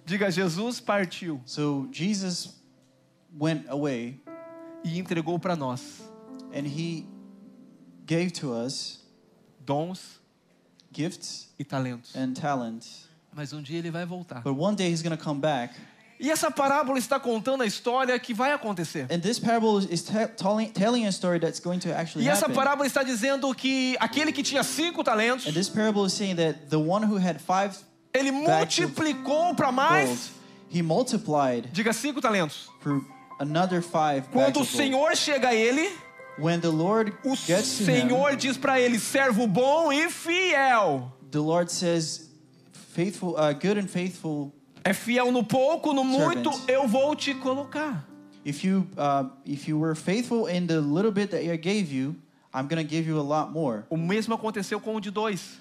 Speaker 1: diga Jesus, partiu
Speaker 2: So Jesus went away
Speaker 1: e entregou para nós
Speaker 2: and he gave to us
Speaker 1: dons
Speaker 2: gifts
Speaker 1: e talentos.
Speaker 2: and talent.
Speaker 1: É, Mas um dia ele vai voltar.
Speaker 2: But one day he's going to come back.
Speaker 1: E essa parábola está contando a história que vai acontecer.
Speaker 2: And this parable is te- telling, telling a story that's going to actually
Speaker 1: E essa
Speaker 2: happen.
Speaker 1: parábola está dizendo que aquele que tinha cinco talentos,
Speaker 2: And this parable is saying that the one who had five
Speaker 1: ele multiplicou para
Speaker 2: gold,
Speaker 1: mais.
Speaker 2: he multiplied
Speaker 1: Diga cinco talentos.
Speaker 2: for another five bags
Speaker 1: Quando o
Speaker 2: of gold.
Speaker 1: Senhor chega a ele,
Speaker 2: When the Lord
Speaker 1: o
Speaker 2: gets to him,
Speaker 1: Senhor diz para ele: servo bom e fiel.
Speaker 2: the Lord says, "Faithful, uh, good and faithful.
Speaker 1: É fiel no pouco, no muito,
Speaker 2: Servant.
Speaker 1: eu vou te colocar.
Speaker 2: If you uh, if you were faithful in the little bit that I gave you, I'm gonna give you a lot more."
Speaker 1: O mesmo aconteceu com o de dois,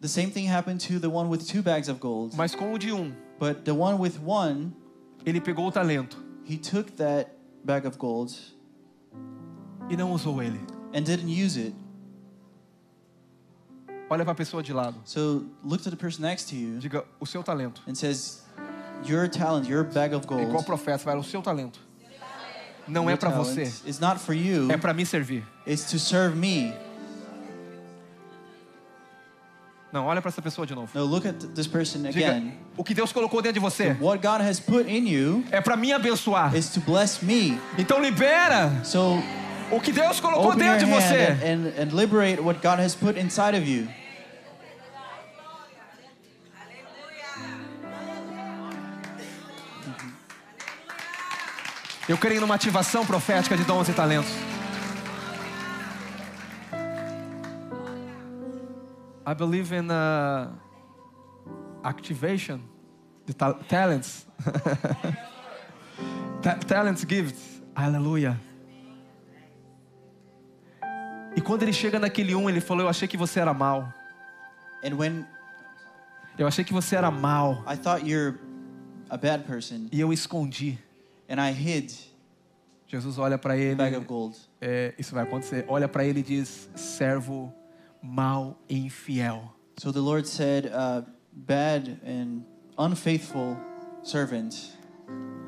Speaker 2: The same thing happened to the one with two bags of gold,
Speaker 1: mas com o de um,
Speaker 2: but the one with one,
Speaker 1: ele pegou o talento
Speaker 2: he took that bag of gold
Speaker 1: e não usou ele.
Speaker 2: and didn't use it.
Speaker 1: Olha para a pessoa de lado.
Speaker 2: So look to the person next to you
Speaker 1: Diga o seu talento.
Speaker 2: and says, "Your talent, your bag of gold."
Speaker 1: Igual profeta, fala o seu talento. Não é
Speaker 2: your
Speaker 1: para
Speaker 2: talent
Speaker 1: você,
Speaker 2: is not for you.
Speaker 1: é para me servir.
Speaker 2: It's to serve me.
Speaker 1: Não, olha para essa pessoa de novo.
Speaker 2: Now look at th- this person
Speaker 1: Diga,
Speaker 2: again.
Speaker 1: o que Deus colocou dentro de você
Speaker 2: What God has put in you
Speaker 1: é para me abençoar.
Speaker 2: is to bless me.
Speaker 1: Então libera
Speaker 2: So
Speaker 1: o que Deus colocou
Speaker 2: open your
Speaker 1: dentro de
Speaker 2: hand
Speaker 1: você.
Speaker 2: and, and, and liberate what God has put inside of you.
Speaker 1: Eu creio numa ativação profética de dons e talentos. I believe in uh, activation de ta- talents. *laughs* Ta- talents gifts. Aleluia. E quando ele chega naquele um, ele falou: Eu achei que você era mal.
Speaker 2: And when
Speaker 1: Eu achei que você era mal
Speaker 2: I thought you're a bad person
Speaker 1: e eu escondi.
Speaker 2: and I hid
Speaker 1: Jesus olha para ele.
Speaker 2: the bag of gold,
Speaker 1: é, isso vai acontecer. Olha para ele e diz: servo mal e infiel.
Speaker 2: so the Lord said, uh, "Bad and unfaithful servant."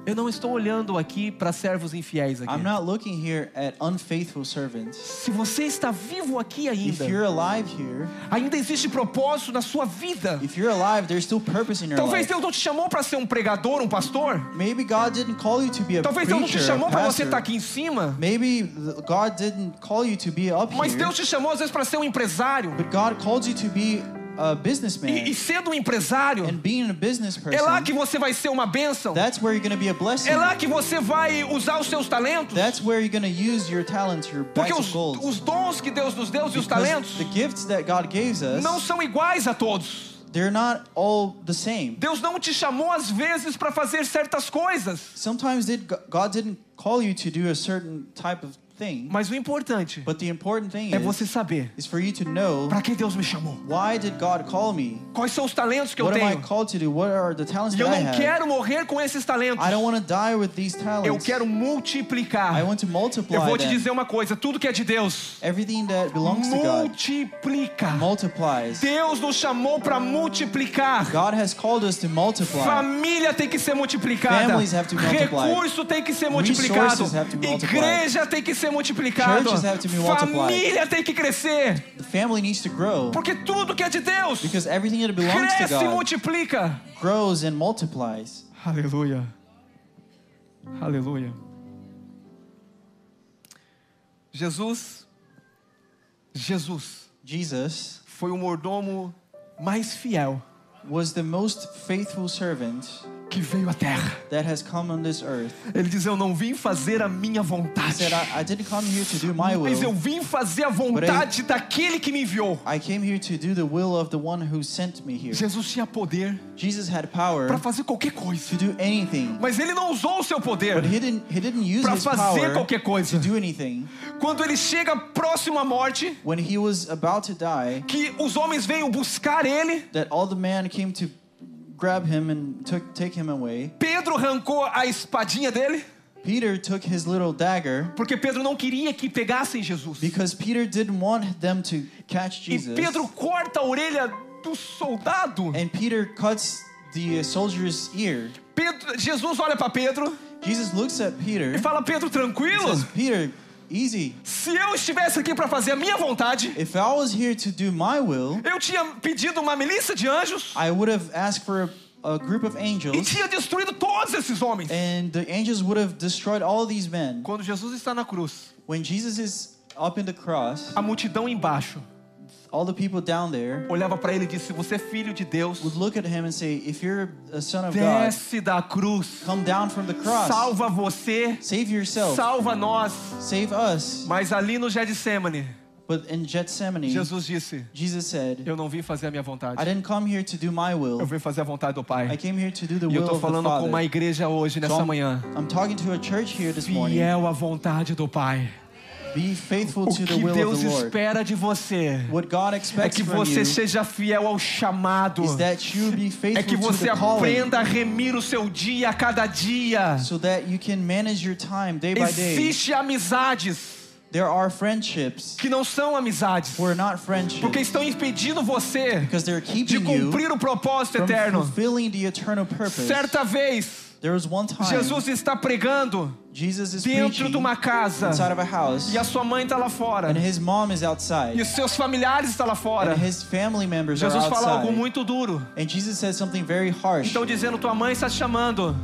Speaker 1: Eu não estou olhando aqui para servos infiéis aqui.
Speaker 2: I'm not looking here at unfaithful servants.
Speaker 1: Se você está vivo aqui
Speaker 2: If
Speaker 1: ainda,
Speaker 2: you're alive here,
Speaker 1: ainda existe propósito na sua vida.
Speaker 2: if you're alive, there's still purpose in your
Speaker 1: Talvez
Speaker 2: life.
Speaker 1: Deus não te chamou para ser um pregador, um pastor.
Speaker 2: Maybe God didn't call you to be a
Speaker 1: Talvez Deus não te
Speaker 2: preacher, a
Speaker 1: chamou para você
Speaker 2: pastor.
Speaker 1: estar aqui em cima.
Speaker 2: Maybe th- God didn't call you to be up
Speaker 1: Mas
Speaker 2: here,
Speaker 1: Deus te chamou às vezes para ser um empresário.
Speaker 2: but God called you to be a businessman.
Speaker 1: E, e sendo um empresário,
Speaker 2: and being a business person,
Speaker 1: é lá que você vai ser uma bênção.
Speaker 2: that's where you're going to be a blessing.
Speaker 1: É lá que você vai usar os seus talentos.
Speaker 2: That's where you're going to use your talents, your
Speaker 1: Porque
Speaker 2: bags
Speaker 1: os,
Speaker 2: of gold.
Speaker 1: os dons que Deus nos deu e os
Speaker 2: Because
Speaker 1: talentos
Speaker 2: the gifts that God gives us,
Speaker 1: não são iguais a todos.
Speaker 2: they're not all the same.
Speaker 1: Deus não te chamou às vezes para fazer certas coisas.
Speaker 2: Sometimes did, God didn't call you to do a certain type of thing,
Speaker 1: Mas o importante
Speaker 2: but the important thing
Speaker 1: é
Speaker 2: is,
Speaker 1: você saber
Speaker 2: is for you to know
Speaker 1: para que Deus me chamou.
Speaker 2: why did God call me?
Speaker 1: Quais são os talentos que eu
Speaker 2: What am I
Speaker 1: tenho.
Speaker 2: called to do? What are the talents
Speaker 1: E
Speaker 2: that
Speaker 1: eu
Speaker 2: I
Speaker 1: não
Speaker 2: have?
Speaker 1: quero morrer com esses talentos.
Speaker 2: I don't want to die with these talents.
Speaker 1: Eu quero multiplicar.
Speaker 2: I want to multiply
Speaker 1: Eu vou te
Speaker 2: them.
Speaker 1: dizer uma coisa: tudo que é de Deus,
Speaker 2: Everything that belongs to God
Speaker 1: multiplica.
Speaker 2: multiplies.
Speaker 1: Deus nos chamou para multiplicar.
Speaker 2: God has called us to multiply.
Speaker 1: Família tem que ser multiplicada.
Speaker 2: Families have to be multiplied.
Speaker 1: Recurso tem que ser multiplicado.
Speaker 2: Resources have to be multiplied.
Speaker 1: Igreja tem que ser multiplicado.
Speaker 2: Churches have to be multiplied.
Speaker 1: Família tem que crescer.
Speaker 2: The family needs to grow
Speaker 1: Porque tudo que é de Deus
Speaker 2: because everything that belongs to
Speaker 1: cresce e
Speaker 2: God
Speaker 1: multiplica.
Speaker 2: grows and multiplies.
Speaker 1: Aleluia. Aleluia. Jesus, Jesus
Speaker 2: Jesus
Speaker 1: foi o mordomo mais fiel
Speaker 2: was the most faithful servant
Speaker 1: que veio à terra.
Speaker 2: that has come on this earth.
Speaker 1: Ele diz: Eu não vim fazer a minha
Speaker 2: He
Speaker 1: vontade,
Speaker 2: said, I, I didn't come here to do my
Speaker 1: mas eu
Speaker 2: will.
Speaker 1: vim fazer a vontade daquele que me enviou.
Speaker 2: I came here to do the will of the one who sent me here.
Speaker 1: Jesus tinha poder
Speaker 2: Jesus had
Speaker 1: para
Speaker 2: power
Speaker 1: fazer qualquer
Speaker 2: to
Speaker 1: coisa,
Speaker 2: do anything,
Speaker 1: mas ele não usou o seu
Speaker 2: but
Speaker 1: poder
Speaker 2: he didn't, he didn't use
Speaker 1: para
Speaker 2: his
Speaker 1: fazer
Speaker 2: power
Speaker 1: qualquer
Speaker 2: to
Speaker 1: coisa.
Speaker 2: do anything.
Speaker 1: Quando ele chega próximo à morte,
Speaker 2: When he was about to die,
Speaker 1: que os homens veio buscar ele,
Speaker 2: that all the man came to grab him and took, take him away.
Speaker 1: Pedro arrancou a espadinha dele,
Speaker 2: Peter took his little dagger
Speaker 1: porque Pedro não queria que pegassem Jesus.
Speaker 2: because Peter didn't want them to catch
Speaker 1: E
Speaker 2: Jesus. É.
Speaker 1: Pedro corta a orelha do soldado.
Speaker 2: And Peter cuts the uh, soldier's ear.
Speaker 1: Pedro- Jesus olha para Pedro
Speaker 2: Jesus looks at Peter
Speaker 1: e fala: Pedro, tranquilo?
Speaker 2: says, Peter, easy.
Speaker 1: Se eu estivesse aqui para fazer a minha vontade,
Speaker 2: If I was here to do my will,
Speaker 1: eu tinha pedido uma milícia de anjos
Speaker 2: I would have asked for a, a group of
Speaker 1: e
Speaker 2: angels,
Speaker 1: tinha destruído todos esses homens.
Speaker 2: and the angels would have destroyed all these men.
Speaker 1: Quando Jesus está na cruz,
Speaker 2: When Jesus is up in the cross,
Speaker 1: a multidão embaixo
Speaker 2: all the people down there
Speaker 1: olhava para ele e disse: Se você é filho de Deus,
Speaker 2: would look at him and say, If you're a son of God,
Speaker 1: desce da cruz,
Speaker 2: come down from the cross,
Speaker 1: salva você,
Speaker 2: save yourself,
Speaker 1: salva nós.
Speaker 2: save us.
Speaker 1: Mas ali no Getsemane,
Speaker 2: But in Gethsemane,
Speaker 1: Jesus disse:
Speaker 2: Jesus said,
Speaker 1: Eu não vim fazer a minha
Speaker 2: I
Speaker 1: vontade,
Speaker 2: didn't come here to do my
Speaker 1: eu
Speaker 2: will,
Speaker 1: vim fazer a vontade do
Speaker 2: I
Speaker 1: Pai.
Speaker 2: came here to do the
Speaker 1: E eu
Speaker 2: will
Speaker 1: tô
Speaker 2: of the
Speaker 1: falando com uma
Speaker 2: Father.
Speaker 1: igreja hoje,
Speaker 2: So
Speaker 1: nessa
Speaker 2: I'm,
Speaker 1: manhã.
Speaker 2: I'm talking to a church here this morning.
Speaker 1: Fiel à vontade do Pai.
Speaker 2: Be faithful
Speaker 1: O
Speaker 2: to the
Speaker 1: que
Speaker 2: will of
Speaker 1: Deus
Speaker 2: the Lord.
Speaker 1: espera de você
Speaker 2: What God
Speaker 1: é
Speaker 2: expects
Speaker 1: que
Speaker 2: from
Speaker 1: você
Speaker 2: you
Speaker 1: seja fiel ao chamado.
Speaker 2: is that you be
Speaker 1: É
Speaker 2: faithful
Speaker 1: que
Speaker 2: to
Speaker 1: você
Speaker 2: the calling
Speaker 1: aprenda a remir o seu dia a cada dia.
Speaker 2: so that you can manage your time day by day.
Speaker 1: Existe amizades
Speaker 2: There are friendships
Speaker 1: que não são amizades,
Speaker 2: who are not
Speaker 1: porque
Speaker 2: friendships
Speaker 1: estão impedindo você
Speaker 2: because they're
Speaker 1: de
Speaker 2: keeping you
Speaker 1: cumprir o propósito
Speaker 2: from
Speaker 1: eterno.
Speaker 2: fulfilling the eternal purpose.
Speaker 1: Certa vez,
Speaker 2: There was one time
Speaker 1: Jesus está pregando
Speaker 2: Jesus is
Speaker 1: dentro
Speaker 2: preaching
Speaker 1: de uma casa
Speaker 2: inside of a house
Speaker 1: e a sua mãe está lá fora
Speaker 2: and his mom is outside
Speaker 1: e os seus familiares estão lá fora.
Speaker 2: and his family members are
Speaker 1: Jesus fala algo
Speaker 2: outside.
Speaker 1: muito duro.
Speaker 2: And Jesus says something very harsh.
Speaker 1: Estão dizendo, tua mãe está te chamando.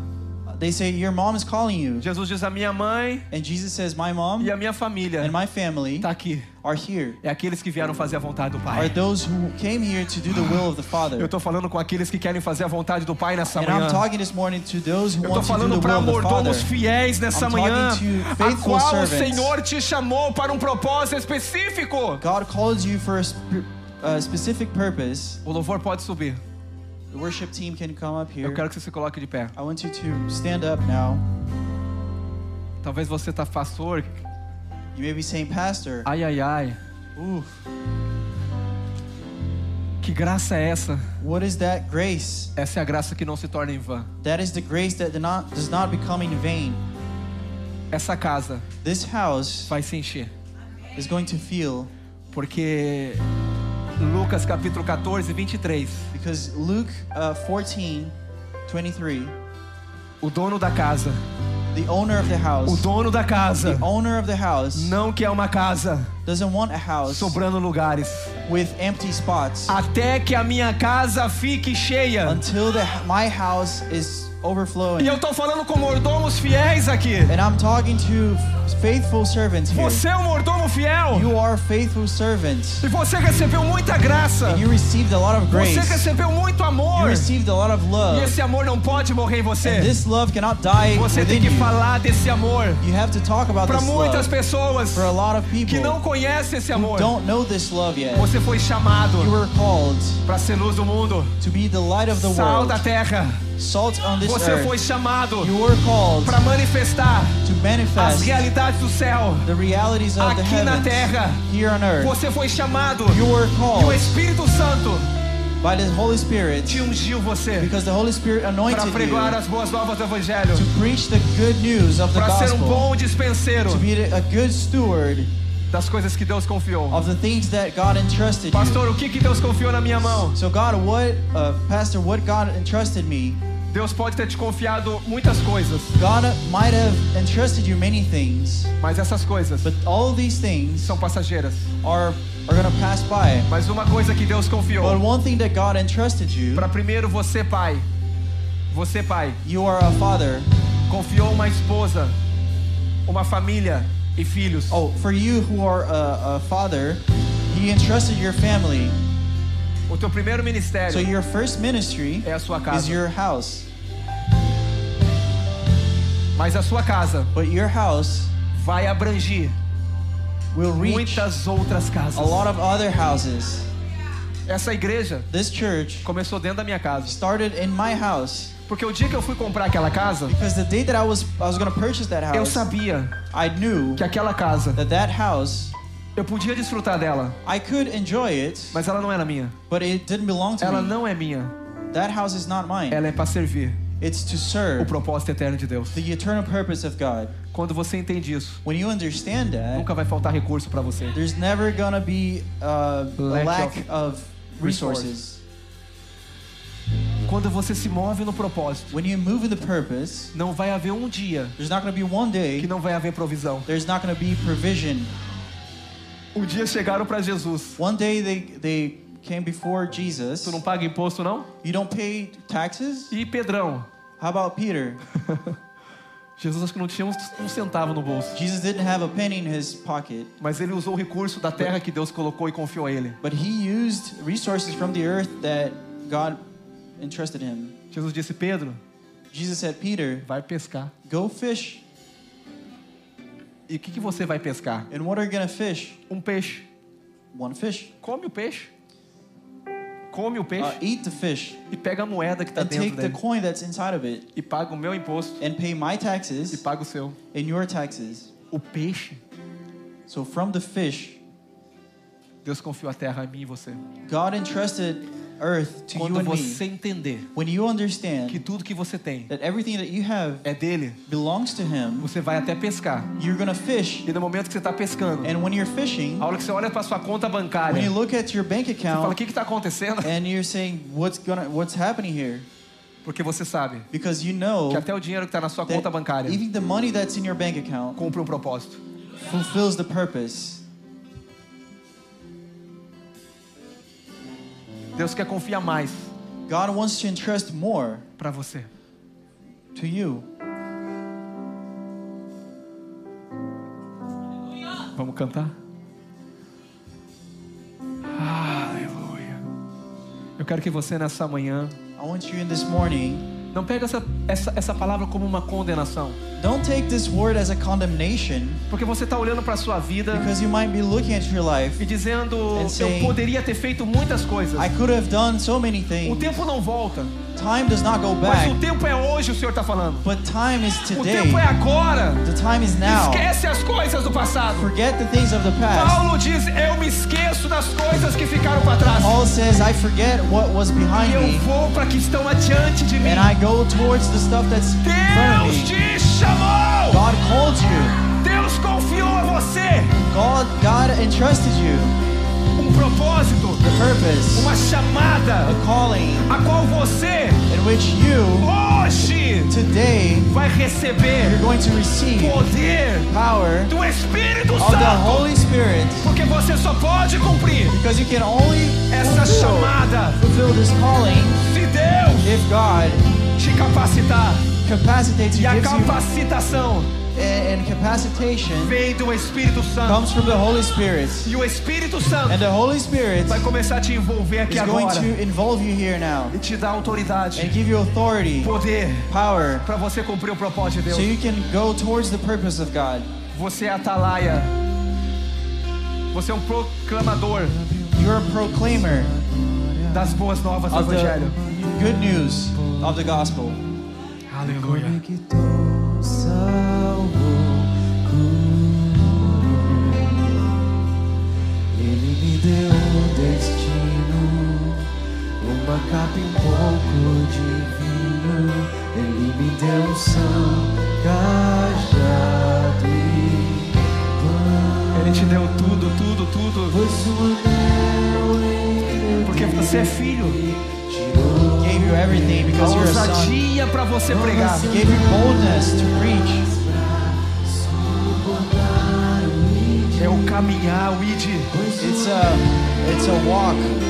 Speaker 2: They say, Your mom is calling you.
Speaker 1: Jesus diz, a minha mãe
Speaker 2: And Jesus says, My mom
Speaker 1: e a minha família
Speaker 2: and my family
Speaker 1: está aqui.
Speaker 2: are here,
Speaker 1: É aqueles que vieram fazer a vontade do Pai.
Speaker 2: are those who came here to do the will of the
Speaker 1: Eu
Speaker 2: Father.
Speaker 1: tô falando com aqueles que querem fazer a vontade do Pai nessa
Speaker 2: And
Speaker 1: manhã.
Speaker 2: I'm talking this morning to those who
Speaker 1: Eu tô
Speaker 2: want to do the
Speaker 1: falando para
Speaker 2: will of the Father.
Speaker 1: mordomos fiéis nessa
Speaker 2: I'm
Speaker 1: manhã,
Speaker 2: talking to
Speaker 1: a
Speaker 2: faithful
Speaker 1: qual o
Speaker 2: servants.
Speaker 1: Senhor te chamou para um propósito específico.
Speaker 2: God calls you for a, sp- a specific purpose.
Speaker 1: O louvor pode subir.
Speaker 2: The worship team can come up
Speaker 1: Eu
Speaker 2: here.
Speaker 1: quero que você se coloque de pé.
Speaker 2: I want you to stand up now.
Speaker 1: Talvez você tá pastor.
Speaker 2: You may be saying, Pastor,
Speaker 1: Ai, ai, ai.
Speaker 2: oof,
Speaker 1: Que graça é essa?
Speaker 2: what is that grace?
Speaker 1: Essa é a graça que não se torna em vã.
Speaker 2: That is the grace that do not, does not become in vain.
Speaker 1: Essa casa
Speaker 2: This house
Speaker 1: vai se encher.
Speaker 2: is going to feel
Speaker 1: Porque Lucas capítulo 14, 23.
Speaker 2: because Luke uh, 14 23,
Speaker 1: O dono da casa.
Speaker 2: the owner of the house.
Speaker 1: O dono da casa.
Speaker 2: The owner of the house
Speaker 1: Não quer uma casa
Speaker 2: doesn't want a house
Speaker 1: sobrando lugares.
Speaker 2: with empty spots
Speaker 1: Até que a minha casa fique cheia.
Speaker 2: until the, my house is
Speaker 1: E
Speaker 2: overflowing.
Speaker 1: eu tô falando com mordomos fiéis aqui.
Speaker 2: And I'm talking to faithful servants here.
Speaker 1: Você é um mordomo fiel.
Speaker 2: You are faithful servants.
Speaker 1: E você recebeu muita graça.
Speaker 2: You received a lot of
Speaker 1: Você
Speaker 2: grace.
Speaker 1: recebeu muito
Speaker 2: You
Speaker 1: amor.
Speaker 2: received a lot of
Speaker 1: E
Speaker 2: love.
Speaker 1: esse amor não pode morrer em
Speaker 2: And
Speaker 1: você.
Speaker 2: this love cannot die
Speaker 1: Você tem
Speaker 2: within
Speaker 1: que
Speaker 2: you.
Speaker 1: falar desse amor
Speaker 2: You have to talk about
Speaker 1: para
Speaker 2: this
Speaker 1: muitas
Speaker 2: love
Speaker 1: pessoas
Speaker 2: for a lot of
Speaker 1: que não
Speaker 2: people
Speaker 1: conhecem esse amor.
Speaker 2: don't know this love yet.
Speaker 1: Você foi chamado
Speaker 2: You were called
Speaker 1: para ser luz do mundo,
Speaker 2: to be the light of the
Speaker 1: sal da
Speaker 2: world,
Speaker 1: terra.
Speaker 2: salt on this
Speaker 1: Você foi
Speaker 2: earth.
Speaker 1: chamado
Speaker 2: You were called
Speaker 1: para manifestar
Speaker 2: to
Speaker 1: as
Speaker 2: manifest
Speaker 1: realidades do céu.
Speaker 2: the realities of the
Speaker 1: Aqui na
Speaker 2: heavens
Speaker 1: terra.
Speaker 2: here on earth.
Speaker 1: Você foi chamado
Speaker 2: You were
Speaker 1: e o
Speaker 2: called
Speaker 1: Espírito Santo
Speaker 2: by the Holy Spirit
Speaker 1: te ungiu você
Speaker 2: because the Holy Spirit
Speaker 1: para
Speaker 2: anointed you
Speaker 1: pregar as boas novas do Evangelho,
Speaker 2: to preach the good news of the
Speaker 1: para ser um
Speaker 2: gospel,
Speaker 1: bom dispenseiro
Speaker 2: to be a good steward
Speaker 1: das coisas que Deus confiou.
Speaker 2: of the things that God entrusted you.
Speaker 1: Pastor, o que que Deus confiou na minha mão?
Speaker 2: So God, what, uh, Pastor, what God entrusted me,
Speaker 1: Deus pode ter te confiado muitas coisas,
Speaker 2: God might have entrusted you many things,
Speaker 1: mas essas coisas
Speaker 2: but all these things
Speaker 1: são passageiras.
Speaker 2: are are gonna pass by.
Speaker 1: Mas uma coisa que Deus
Speaker 2: But
Speaker 1: confiou,
Speaker 2: one thing that God entrusted you,
Speaker 1: para primeiro você pai, você pai,
Speaker 2: you are a father.
Speaker 1: confiou uma esposa, uma família e filhos.
Speaker 2: Oh, for you who are a, a father, He entrusted your family.
Speaker 1: O teu primeiro
Speaker 2: So
Speaker 1: ministério
Speaker 2: your first ministry
Speaker 1: é a sua
Speaker 2: is
Speaker 1: casa,
Speaker 2: your house,
Speaker 1: mas a sua casa
Speaker 2: but your house
Speaker 1: vai abranger
Speaker 2: will reach
Speaker 1: muitas outras
Speaker 2: a
Speaker 1: casas.
Speaker 2: lot of other houses.
Speaker 1: Essa igreja
Speaker 2: This church
Speaker 1: começou dentro da minha casa,
Speaker 2: started in my house
Speaker 1: porque o dia que eu fui comprar aquela casa,
Speaker 2: because the day that I was I was gonna purchase that
Speaker 1: eu
Speaker 2: house,
Speaker 1: sabia
Speaker 2: I knew
Speaker 1: que aquela casa
Speaker 2: that that house
Speaker 1: eu podia desfrutar dela,
Speaker 2: I could enjoy it,
Speaker 1: mas ela não era minha.
Speaker 2: but it didn't belong to
Speaker 1: Ela
Speaker 2: me.
Speaker 1: não é minha.
Speaker 2: That house is not mine.
Speaker 1: Ela é para servir
Speaker 2: It's to
Speaker 1: o
Speaker 2: serve
Speaker 1: propósito eterno de Deus.
Speaker 2: the eternal purpose of God.
Speaker 1: Quando você entende isso,
Speaker 2: When you understand that,
Speaker 1: nunca vai faltar recurso para você.
Speaker 2: there's never gonna be uh, a
Speaker 1: Lack
Speaker 2: lack
Speaker 1: of
Speaker 2: of resources.
Speaker 1: Quando você se move no propósito,
Speaker 2: When you move in the purpose,
Speaker 1: não vai haver um dia
Speaker 2: there's not gonna be one
Speaker 1: que
Speaker 2: day
Speaker 1: não vai haver provisão.
Speaker 2: there's not gonna be provision.
Speaker 1: Um dia chegaram para Jesus.
Speaker 2: One day they they came before Jesus.
Speaker 1: Tu não paga imposto não?
Speaker 2: You don't pay taxes?
Speaker 1: E Pedrão,
Speaker 2: How about Peter?
Speaker 1: Jesus acho que não tinha um- um centavo no bolso,
Speaker 2: Jesus didn't have a penny in his pocket,
Speaker 1: mas ele usou o recurso da terra que Deus colocou e confiou a ele.
Speaker 2: but he used resources from the earth that God entrusted him.
Speaker 1: Jesus disse: Pedro,
Speaker 2: Jesus said, Peter,
Speaker 1: vai pescar.
Speaker 2: go fish.
Speaker 1: E o que, que você vai pescar?
Speaker 2: And what are you gonna fish?
Speaker 1: Um peixe.
Speaker 2: One fish.
Speaker 1: Come o peixe. Come o
Speaker 2: Uh,
Speaker 1: peixe
Speaker 2: eat the fish
Speaker 1: Ah, e pega a moeda que está
Speaker 2: and
Speaker 1: dentro
Speaker 2: take the
Speaker 1: dele
Speaker 2: coin that's inside of it
Speaker 1: e paga o meu imposto
Speaker 2: and pay my
Speaker 1: e
Speaker 2: taxes
Speaker 1: paga o seu.
Speaker 2: and your taxes.
Speaker 1: O peixe,
Speaker 2: So from the fish,
Speaker 1: Deus confiou a terra a mim e você.
Speaker 2: God entrusted earth to you
Speaker 1: Quando
Speaker 2: and me.
Speaker 1: você entender
Speaker 2: When you
Speaker 1: que
Speaker 2: understand
Speaker 1: tudo que você tem
Speaker 2: that everything that you have
Speaker 1: é dele,
Speaker 2: belongs to Him,
Speaker 1: você vai até pescar.
Speaker 2: you're gonna fish.
Speaker 1: E no momento que você está pescando,
Speaker 2: And when you're fishing,
Speaker 1: a hora que você olha para sua conta bancária,
Speaker 2: when you
Speaker 1: você
Speaker 2: look at your bank
Speaker 1: fala: o
Speaker 2: account
Speaker 1: que está acontecendo?
Speaker 2: and you're saying what's gonna what's happening here
Speaker 1: Porque você sabe
Speaker 2: because you
Speaker 1: que
Speaker 2: know
Speaker 1: até o dinheiro que está na sua conta
Speaker 2: that
Speaker 1: bancária
Speaker 2: even the money that's in your bank account
Speaker 1: cumpre um propósito.
Speaker 2: fulfills the purpose.
Speaker 1: Deus quer confiar mais
Speaker 2: God wants to entrust more
Speaker 1: para você.
Speaker 2: to you.
Speaker 1: Vamos cantar? Aleluia. Eu quero que você nessa manhã
Speaker 2: I want you in this morning.
Speaker 1: não pegue essa, essa, essa palavra como uma condenação.
Speaker 2: Don't take this word as a condemnation
Speaker 1: Porque você está olhando para sua vida
Speaker 2: because you might be looking at your life.
Speaker 1: e dizendo:
Speaker 2: And
Speaker 1: eu
Speaker 2: saying,
Speaker 1: poderia ter feito muitas coisas.
Speaker 2: I could have done so many
Speaker 1: O
Speaker 2: things.
Speaker 1: tempo não volta,
Speaker 2: Time does not go
Speaker 1: mas o
Speaker 2: back,
Speaker 1: tempo é hoje, o Senhor está falando.
Speaker 2: but time is
Speaker 1: O tempo é
Speaker 2: today.
Speaker 1: agora.
Speaker 2: The time is now.
Speaker 1: Esquece as coisas do passado.
Speaker 2: Forget the things of the past.
Speaker 1: Paulo diz: Eu me esqueço das coisas que ficaram para trás.
Speaker 2: Paul says, I forget what was
Speaker 1: E
Speaker 2: behind
Speaker 1: eu
Speaker 2: me.
Speaker 1: vou para que estão adiante de mim.
Speaker 2: and I go towards the stuff that's in front
Speaker 1: Deus
Speaker 2: of me.
Speaker 1: te chamou.
Speaker 2: God called you.
Speaker 1: Deus confiou a você
Speaker 2: God, God entrusted you
Speaker 1: um propósito,
Speaker 2: the purpose,
Speaker 1: uma chamada,
Speaker 2: a calling
Speaker 1: a qual você
Speaker 2: in which you
Speaker 1: hoje
Speaker 2: today
Speaker 1: vai
Speaker 2: you're
Speaker 1: receber
Speaker 2: going to receive
Speaker 1: poder
Speaker 2: power
Speaker 1: do Espírito
Speaker 2: of the
Speaker 1: Santo,
Speaker 2: Holy Spirit
Speaker 1: porque você só pode cumprir
Speaker 2: because you can only
Speaker 1: essa
Speaker 2: fulfill,
Speaker 1: chamada
Speaker 2: fulfill this calling
Speaker 1: se Deus
Speaker 2: if God
Speaker 1: te capacitar.
Speaker 2: capacitates
Speaker 1: E
Speaker 2: you,
Speaker 1: a
Speaker 2: gives you,
Speaker 1: capacitação
Speaker 2: and, and capacitation
Speaker 1: vem do Espírito Santo.
Speaker 2: comes from the Holy Spirit,
Speaker 1: E o Espírito Santo
Speaker 2: and the Holy Spirit
Speaker 1: vai começar a te envolver aqui
Speaker 2: is going
Speaker 1: agora
Speaker 2: to involve you here now
Speaker 1: e te dar autoridade,
Speaker 2: and give you authority,
Speaker 1: poder
Speaker 2: power.
Speaker 1: para você cumprir o propósito de
Speaker 2: So
Speaker 1: Deus.
Speaker 2: you can go towards the purpose of God.
Speaker 1: Você é atalaia. Você é um proclamador
Speaker 2: You're a proclaimer
Speaker 1: das boas novas do
Speaker 2: of the
Speaker 1: Evangelho.
Speaker 2: good news of the gospel.
Speaker 1: Aleluia.
Speaker 3: Ele me deu um destino, uma capa e um pouco de vinho. Ele me deu um são, cajado e pão.
Speaker 1: Ele te deu tudo, tudo, tudo.
Speaker 3: Pôs um anel em meu
Speaker 1: Porque você é filho.
Speaker 3: dedo, tirou
Speaker 2: Gave you you everything
Speaker 1: A
Speaker 2: because you're a son.
Speaker 1: ousadia para você pregar.
Speaker 2: He gave you boldness to preach.
Speaker 1: É o caminhar, o ir.
Speaker 2: It's a, it's a walk.